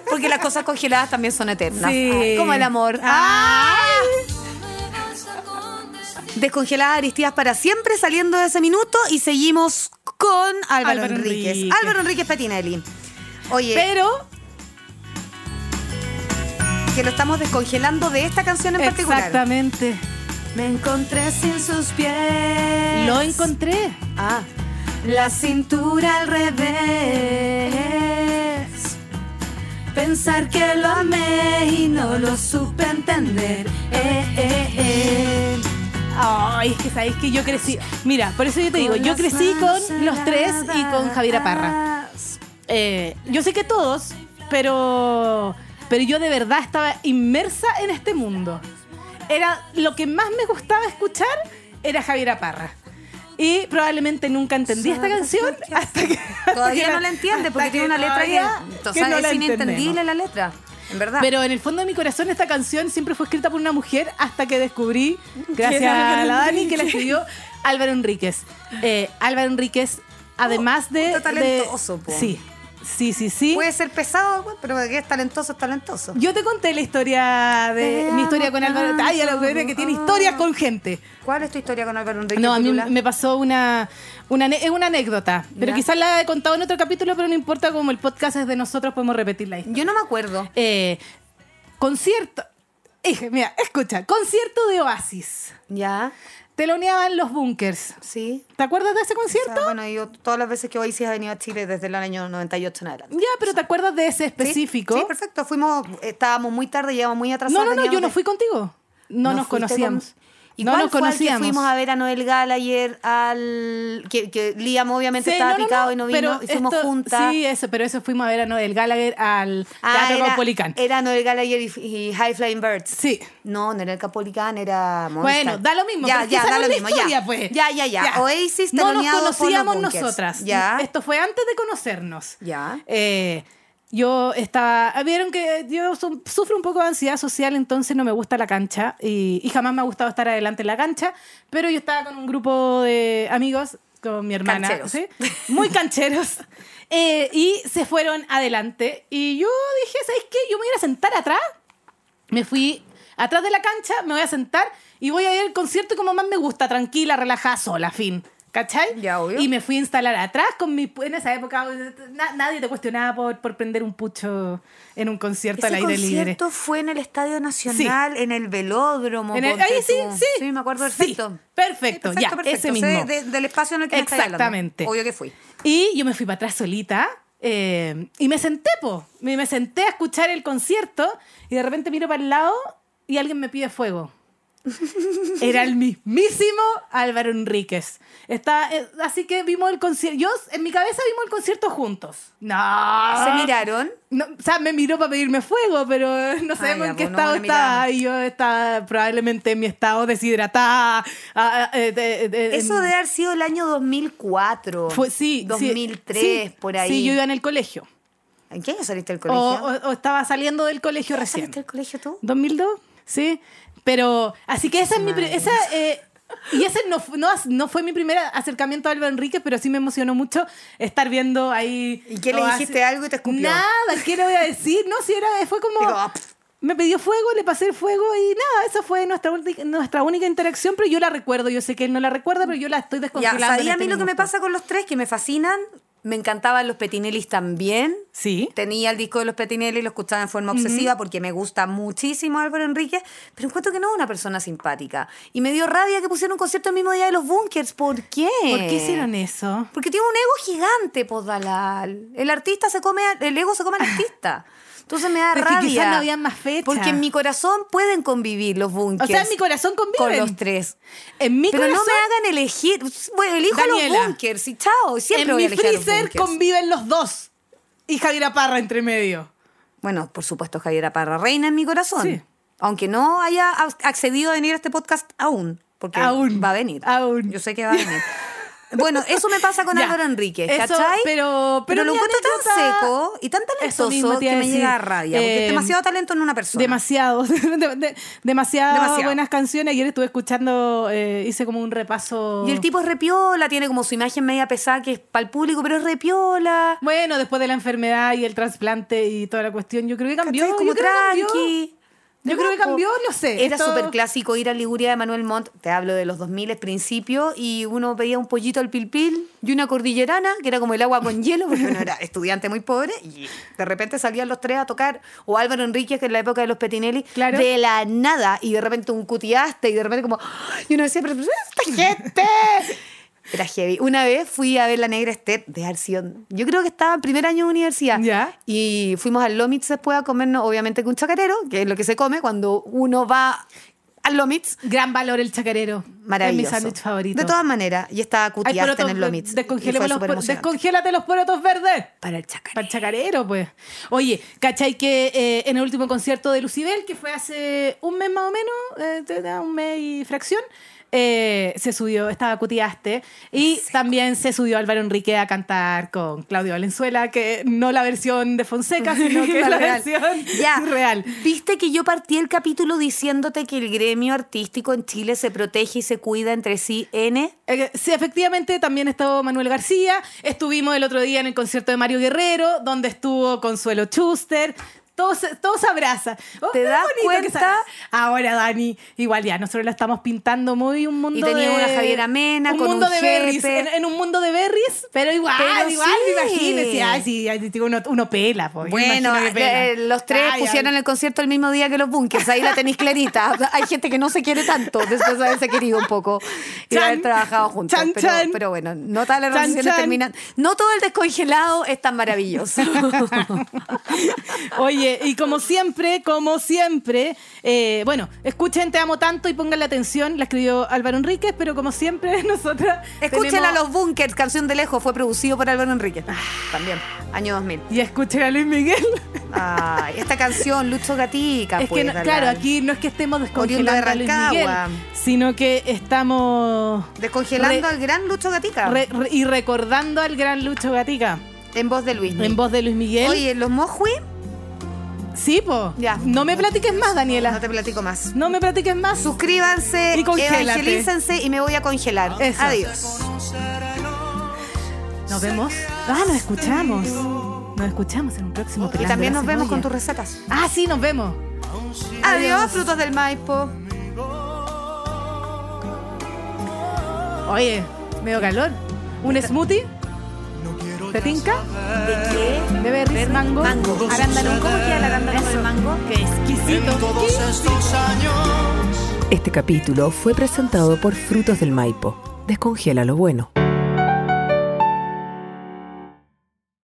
Speaker 4: porque las cosas congeladas también son eternas.
Speaker 5: Sí.
Speaker 4: Ay, como el amor.
Speaker 5: Ah.
Speaker 4: Descongeladas Aristías para siempre, saliendo de ese minuto y seguimos con Álvaro,
Speaker 5: Álvaro
Speaker 4: Enríquez.
Speaker 5: Enríquez.
Speaker 4: Álvaro Enríquez Patinelli. Oye,
Speaker 5: Pero,
Speaker 4: que lo estamos descongelando de esta canción en particular.
Speaker 5: exactamente.
Speaker 4: Me encontré sin sus pies.
Speaker 5: Lo encontré.
Speaker 4: Ah. La cintura al revés. Pensar que lo amé y no lo supe entender. Eh, eh, eh.
Speaker 5: Ay, es que sabéis que yo crecí. Mira, por eso yo te digo, yo
Speaker 4: las
Speaker 5: crecí
Speaker 4: manos
Speaker 5: con los tres y con Javiera Parra.
Speaker 4: cerradas.
Speaker 5: Eh, yo sé que todos, pero, pero yo de verdad estaba inmersa en este mundo. Era lo que más me gustaba escuchar era Javiera Parra. Y probablemente nunca entendí esta canción hasta que... hasta
Speaker 4: Todavía
Speaker 5: que
Speaker 4: no la entiende
Speaker 5: hasta
Speaker 4: porque tiene una letra que,
Speaker 5: todavía
Speaker 4: o
Speaker 5: que
Speaker 4: sea,
Speaker 5: no la
Speaker 4: es
Speaker 5: entendemos.
Speaker 4: inentendible la letra, en verdad.
Speaker 5: Pero en el fondo de mi corazón esta canción siempre fue escrita por una mujer hasta que
Speaker 4: (laughs)
Speaker 5: descubrí, gracias a la Dani, que la escribió Álvaro Enríquez. Eh, Álvaro Enríquez, además de...
Speaker 4: está Oh, talentoso,
Speaker 5: de-
Speaker 4: po. Pues.
Speaker 5: Sí, sí, sí, sí.
Speaker 4: Puede ser pesado, pero que es talentoso, es talentoso.
Speaker 5: Yo te conté la historia de
Speaker 4: Te
Speaker 5: mi historia con
Speaker 4: amo Ah.
Speaker 5: Álvaro. Ay, a lo
Speaker 4: tanto.
Speaker 5: que tiene historias con gente.
Speaker 4: ¿Cuál es tu historia con Álvaro Enrique?
Speaker 5: No, a mí
Speaker 4: Pirula?
Speaker 5: me pasó una, una, ane- es una anécdota, pero
Speaker 4: Ya.
Speaker 5: quizás la he contado en otro capítulo, pero no importa, como el podcast es de nosotros, podemos repetirla. ahí.
Speaker 4: Yo no me acuerdo.
Speaker 5: Eh, concierto, Dije, mira, escucha, concierto de Oasis.
Speaker 4: Ya,
Speaker 5: Teloneaban los bunkers.
Speaker 4: sí.
Speaker 5: ¿Te acuerdas de ese
Speaker 4: O sea,
Speaker 5: concierto?
Speaker 4: bueno, yo todas las veces que hoy sí he venido a Chile desde el año 98 en adelante.
Speaker 5: ya, pero ¿te acuerdas de ese
Speaker 4: ¿Sí?
Speaker 5: específico?
Speaker 4: Sí, perfecto. Fuimos, estábamos muy tarde, llegamos muy atrasados.
Speaker 5: no, no, no,
Speaker 4: veníamos
Speaker 5: yo no
Speaker 4: de-
Speaker 5: fui contigo. No, nos
Speaker 4: fuiste
Speaker 5: conocíamos.
Speaker 4: con- ¿Y
Speaker 5: No
Speaker 4: cuál
Speaker 5: nos
Speaker 4: fue al que
Speaker 5: conocíamos.
Speaker 4: fuimos a ver a Noel Gal ayer al... Que, que Liam obviamente
Speaker 5: Sí,
Speaker 4: estaba
Speaker 5: no, no,
Speaker 4: picado
Speaker 5: no,
Speaker 4: y no vino,
Speaker 5: pero
Speaker 4: y fuimos
Speaker 5: esto-
Speaker 4: juntas.
Speaker 5: Sí, eso, pero eso fuimos a ver a Noel Gallagher al
Speaker 4: Ah,
Speaker 5: Teatro
Speaker 4: era,
Speaker 5: Caupolicán.
Speaker 4: era Noel Gallagher y, y High Flying Birds.
Speaker 5: Sí.
Speaker 4: No, no era el Capolicán, era Movistar.
Speaker 5: Bueno, da lo mismo.
Speaker 4: Ya,
Speaker 5: pero es que
Speaker 4: ya,
Speaker 5: esa
Speaker 4: da
Speaker 5: no
Speaker 4: lo
Speaker 5: es la
Speaker 4: mismo.
Speaker 5: historia,
Speaker 4: ya.
Speaker 5: pues.
Speaker 4: ya, ya, ya. Oasis
Speaker 5: No nos
Speaker 4: teloneado por
Speaker 5: conocíamos
Speaker 4: los Bunkers.
Speaker 5: nosotras.
Speaker 4: Ya.
Speaker 5: Esto fue antes de conocernos.
Speaker 4: Ya.
Speaker 5: Eh, yo estaba. ah, Vieron que yo su- sufro un poco de ansiedad social, entonces no me gusta la cancha y, y jamás me ha gustado estar adelante en la cancha. Pero yo estaba con un grupo de amigos, con mi hermana.
Speaker 4: Cancheros.
Speaker 5: ¿sí? Muy
Speaker 4: (laughs)
Speaker 5: cancheros. Eh, y se fueron adelante. Y yo dije, ¿sabes qué? Yo me voy a ir a sentar atrás me fui atrás de la cancha, me voy a sentar y voy a ir al concierto como más me gusta, tranquila, relajada, sola, fin. ¿Cachai?
Speaker 4: Ya, obvio.
Speaker 5: Y me fui a instalar atrás con mi... En esa época na- nadie te cuestionaba por, por prender un pucho en un concierto al
Speaker 4: Ese
Speaker 5: aire libre.
Speaker 4: concierto fue en el Estadio Nacional, en el velódromo.
Speaker 5: En el-
Speaker 4: ponte
Speaker 5: ahí sí,
Speaker 4: tú.
Speaker 5: sí.
Speaker 4: Sí, me acuerdo
Speaker 5: Sí,
Speaker 4: perfecto.
Speaker 5: perfecto,
Speaker 4: Sí,
Speaker 5: ya, ese mismo.
Speaker 4: Sé de- del espacio en el que me estáis hablando.
Speaker 5: Exactamente.
Speaker 4: Obvio que fui.
Speaker 5: Y yo me fui para atrás solita eh, y me senté, po. Me, me senté a escuchar el concierto y de repente miro para el lado y alguien me pide
Speaker 4: (laughs)
Speaker 5: fuego. Era el mismísimo Álvaro Enríquez. Está, eh, así que vimos el concierto. Yo, en mi cabeza, vimos el concierto juntos. No.
Speaker 4: ¿Se miraron?
Speaker 5: No, o sea, me miró para pedirme fuego, pero eh, no sabemos
Speaker 4: ya,
Speaker 5: en qué
Speaker 4: pues, no,
Speaker 5: estado
Speaker 4: buena mirada.
Speaker 5: estaba. Y yo estaba probablemente en mi estado deshidratada. ah, ah, eh, de- de-
Speaker 4: Eso
Speaker 5: en-
Speaker 4: debe haber sido el año 2004.
Speaker 5: fue, sí, sí,
Speaker 4: 2003,
Speaker 5: sí,
Speaker 4: por ahí.
Speaker 5: Sí, yo iba Oh, en el colegio.
Speaker 4: ¿En qué año saliste del
Speaker 5: O,
Speaker 4: colegio? Ah,
Speaker 5: o- o estaba saliendo del colegio recién.
Speaker 4: ¿Saliste del colegio tú?
Speaker 5: ¿2002? Sí. Pero, así que esa es mi... pri-
Speaker 4: Madre.
Speaker 5: Esa, eh, y ese no, fu- no, as- no fue mi primer acercamiento a Álvaro Enríquez, pero sí me emocionó mucho estar viendo ahí...
Speaker 4: ¿Y qué le
Speaker 5: Oasis.
Speaker 4: dijiste algo y te escupió?
Speaker 5: Nada, ¿qué le voy a decir? No, si era... Fue como...
Speaker 4: Digo, ah, pff.
Speaker 5: me pidió fuego, le pasé el fuego y nada, esa fue nuestra, ulti- nuestra única interacción, pero yo la recuerdo, yo sé que él no la recuerda, pero yo la estoy
Speaker 4: Ya,
Speaker 5: descongelando. en
Speaker 4: ¿sabía a
Speaker 5: este
Speaker 4: mí lo que me
Speaker 5: minuto.
Speaker 4: pasa con los tres? Que me fascinan. Me encantaban los Petinellis también.
Speaker 5: Sí.
Speaker 4: Tenía el disco de los Petinelli y lo escuchaba en forma obsesiva porque me gusta muchísimo Álvaro Enríquez, pero encuentro que no es una persona simpática. Y me dio rabia que pusieron un concierto el mismo día de los Bunkers. ¿Por qué?
Speaker 5: ¿Por qué hicieron eso?
Speaker 4: Porque tiene un ego gigante, po, Dalal. El artista se come, a- el ego se come al artista. Entonces me da
Speaker 5: (laughs) Pero es que
Speaker 4: rabia.
Speaker 5: quizás no habían más fechas.
Speaker 4: Porque en mi corazón pueden convivir los bunkers.
Speaker 5: O sea, en mi corazón
Speaker 4: Con
Speaker 5: conviven.
Speaker 4: los tres.
Speaker 5: En mi
Speaker 4: Pero no
Speaker 5: corazón-
Speaker 4: me hagan elegir. Pues, Bueno, elijo
Speaker 5: Daniela,
Speaker 4: los bunkers y chao. Siempre
Speaker 5: en
Speaker 4: voy a
Speaker 5: mi
Speaker 4: elegir a los
Speaker 5: freezer
Speaker 4: bunkers.
Speaker 5: conviven los dos. Y Javier Parra entre medio.
Speaker 4: Bueno, por supuesto, Javiera Parra reina en mi corazón.
Speaker 5: Sí.
Speaker 4: Aunque no haya ac- accedido a venir a este podcast aún. Porque
Speaker 5: Aún.
Speaker 4: va a venir.
Speaker 5: Aún.
Speaker 4: Yo sé que va a venir. Bueno, eso me pasa
Speaker 5: (laughs)
Speaker 4: con
Speaker 5: Ya.
Speaker 4: Álvaro Enríquez,
Speaker 5: Eso,
Speaker 4: ¿cachai?
Speaker 5: pero- pero
Speaker 4: lo
Speaker 5: mi
Speaker 4: encuentro tan
Speaker 5: anécdota-
Speaker 4: seco y tan
Speaker 5: Eso mismo te
Speaker 4: talentoso que
Speaker 5: iba a
Speaker 4: me
Speaker 5: decir.
Speaker 4: llega a rabia. Porque
Speaker 5: Eh,
Speaker 4: es demasiado talento en una persona.
Speaker 5: Demasiado, (laughs) de- de- demasiado,
Speaker 4: Demasiado.
Speaker 5: buenas canciones. Ayer estuve escuchando, eh, hice como un repaso.
Speaker 4: Y el tipo es repiola, tiene como su imagen media pesada que es para el público, pero es repiola.
Speaker 5: Bueno, después de la enfermedad y el trasplante y toda la cuestión, yo creo que cambió.
Speaker 4: ¿cachai?
Speaker 5: yo
Speaker 4: como
Speaker 5: creo que cambió.
Speaker 4: tranqui.
Speaker 5: Yo creo que cambió, no sé.
Speaker 4: Era
Speaker 5: esto-
Speaker 4: súper clásico ir a Liguria de Manuel Montt, te hablo de los 2000 principio, y uno pedía un pollito al pilpil y una cordillerana, que era como el agua con hielo, porque uno era
Speaker 5: (laughs)
Speaker 4: estudiante muy pobre, y de repente salían los tres a tocar, o Álvaro Enríquez, que en la época de los Petinelli,
Speaker 5: Claro.
Speaker 4: de la nada, y de repente un cutiaste, y de repente como, y uno decía, pero pero, esta gente... Era heavy. Una vez fui a ver La Negra Esther de Arción. Yo creo que estaba en primer año de universidad.
Speaker 5: Ya.
Speaker 4: Y fuimos al Lomitz después a comernos, obviamente, con un chacarero, que es lo que se come cuando uno va al Lomitz.
Speaker 5: Gran valor el chacarero.
Speaker 4: Maravilloso.
Speaker 5: Es mi sándwich favorito.
Speaker 4: De todas maneras, y estaba
Speaker 5: Hay
Speaker 4: cutiasta en
Speaker 5: porotos-
Speaker 4: el Lomitz.
Speaker 5: descongélame
Speaker 4: Y fue
Speaker 5: los
Speaker 4: súper
Speaker 5: por-
Speaker 4: emocionante.
Speaker 5: Descongélate los porotos verdes.
Speaker 4: Para el chacarero.
Speaker 5: Para chacarero, pues. Oye, ¿cachai que eh, en el último concierto de Lucibel, que fue hace un mes más o menos, eh, te da un mes y fracción, eh, se subió, estaba Cutiaste, y también se subió Álvaro Enrique a cantar con Claudio Valenzuela, que no la versión de Fonseca,
Speaker 4: (laughs)
Speaker 5: sino que
Speaker 4: La
Speaker 5: la,
Speaker 4: real.
Speaker 5: versión
Speaker 4: Ya.
Speaker 5: real.
Speaker 4: Viste que yo partí el capítulo diciéndote que el gremio artístico en Chile se protege y se cuida entre sí, N.
Speaker 5: Eh, Sí, efectivamente, también estuvo Manuel García. Estuvimos el otro día en el concierto de Mario Guerrero, donde estuvo Consuelo Schuster. Todos, se- todos se abrazan. Oh,
Speaker 4: ¿Te
Speaker 5: qué
Speaker 4: das
Speaker 5: bonito que se
Speaker 4: cuenta?
Speaker 5: abrazan. Ahora, Dani, igual ya, nosotros la estamos pintando muy un mundo
Speaker 4: Y tenía
Speaker 5: de...
Speaker 4: una Javiera Mena
Speaker 5: un
Speaker 4: con
Speaker 5: mundo
Speaker 4: un
Speaker 5: de berries.
Speaker 4: jefe.
Speaker 5: En, en un mundo de berries, pero igual,
Speaker 4: Pero
Speaker 5: igual,
Speaker 4: sí.
Speaker 5: imagínense. Ay, sí, ay, digo, uno, uno pela, po, yo
Speaker 4: Bueno,
Speaker 5: imagino que pela.
Speaker 4: eh, los tres
Speaker 5: Ay,
Speaker 4: pusieron
Speaker 5: ay.
Speaker 4: el concierto el mismo día que los bunkers. Ahí la
Speaker 5: (laughs)
Speaker 4: tenéis clarita. Hay gente que no se quiere tanto después de haberse querido un poco y de
Speaker 5: Chan.
Speaker 4: haber trabajado juntos.
Speaker 5: Chan,
Speaker 4: pero,
Speaker 5: chan.
Speaker 4: pero bueno, no todas las
Speaker 5: Chan,
Speaker 4: relaciones
Speaker 5: chan. (laughs)
Speaker 4: terminan. No todo el descongelado es tan maravilloso.
Speaker 5: Oye, Oye, y como siempre, como siempre, eh, bueno, escuchen Te Amo Tanto y pongan la atención, la escribió Álvaro Enríquez, pero como siempre, (laughs) nosotras.
Speaker 4: Escuchen a
Speaker 5: tenemos-
Speaker 4: Los Bunkers, canción de lejos, fue producido por Álvaro Enrique. También, año 2000.
Speaker 5: Y escuchen a Luis Miguel.
Speaker 4: Ay, esta canción, Lucho Gatica.
Speaker 5: Es que,
Speaker 4: pues,
Speaker 5: no-
Speaker 4: galán.
Speaker 5: claro, aquí no es que estemos
Speaker 4: Oriundo de
Speaker 5: descongelando a Luis Miguel,
Speaker 4: Rancagua.
Speaker 5: sino que estamos
Speaker 4: Descongelando
Speaker 5: Re-
Speaker 4: al gran Lucho Gatica.
Speaker 5: re- re- y recordando al gran Lucho Gatica
Speaker 4: en voz de Luis.
Speaker 5: en voz de Luis Miguel.
Speaker 4: Oye, los Mojui,
Speaker 5: sí, po.
Speaker 4: Ya.
Speaker 5: No me platiques más, Daniela.
Speaker 4: no te platico más.
Speaker 5: No me platiques más.
Speaker 4: Suscríbanse,
Speaker 5: Y congélate.
Speaker 4: evangelícense y me voy a congelar.
Speaker 5: Eso.
Speaker 4: Adiós.
Speaker 5: Nos vemos. Ah, nos escuchamos. Nos escuchamos en un próximo
Speaker 4: Y
Speaker 5: programa.
Speaker 4: también nos vemos con tus recetas.
Speaker 5: Ah, sí, nos vemos.
Speaker 4: Adiós, frutos del Maipo.
Speaker 5: Oye, medio calor. Un smoothie. ¿Te tinca? ¿De qué? De berries, mango.
Speaker 4: Mango.
Speaker 5: Arándano. ¿Cómo queda el arándano
Speaker 4: Eso.
Speaker 5: con el mango? Qué exquisito.
Speaker 2: Este capítulo fue presentado por Frutos del Maipo. Descongela lo bueno.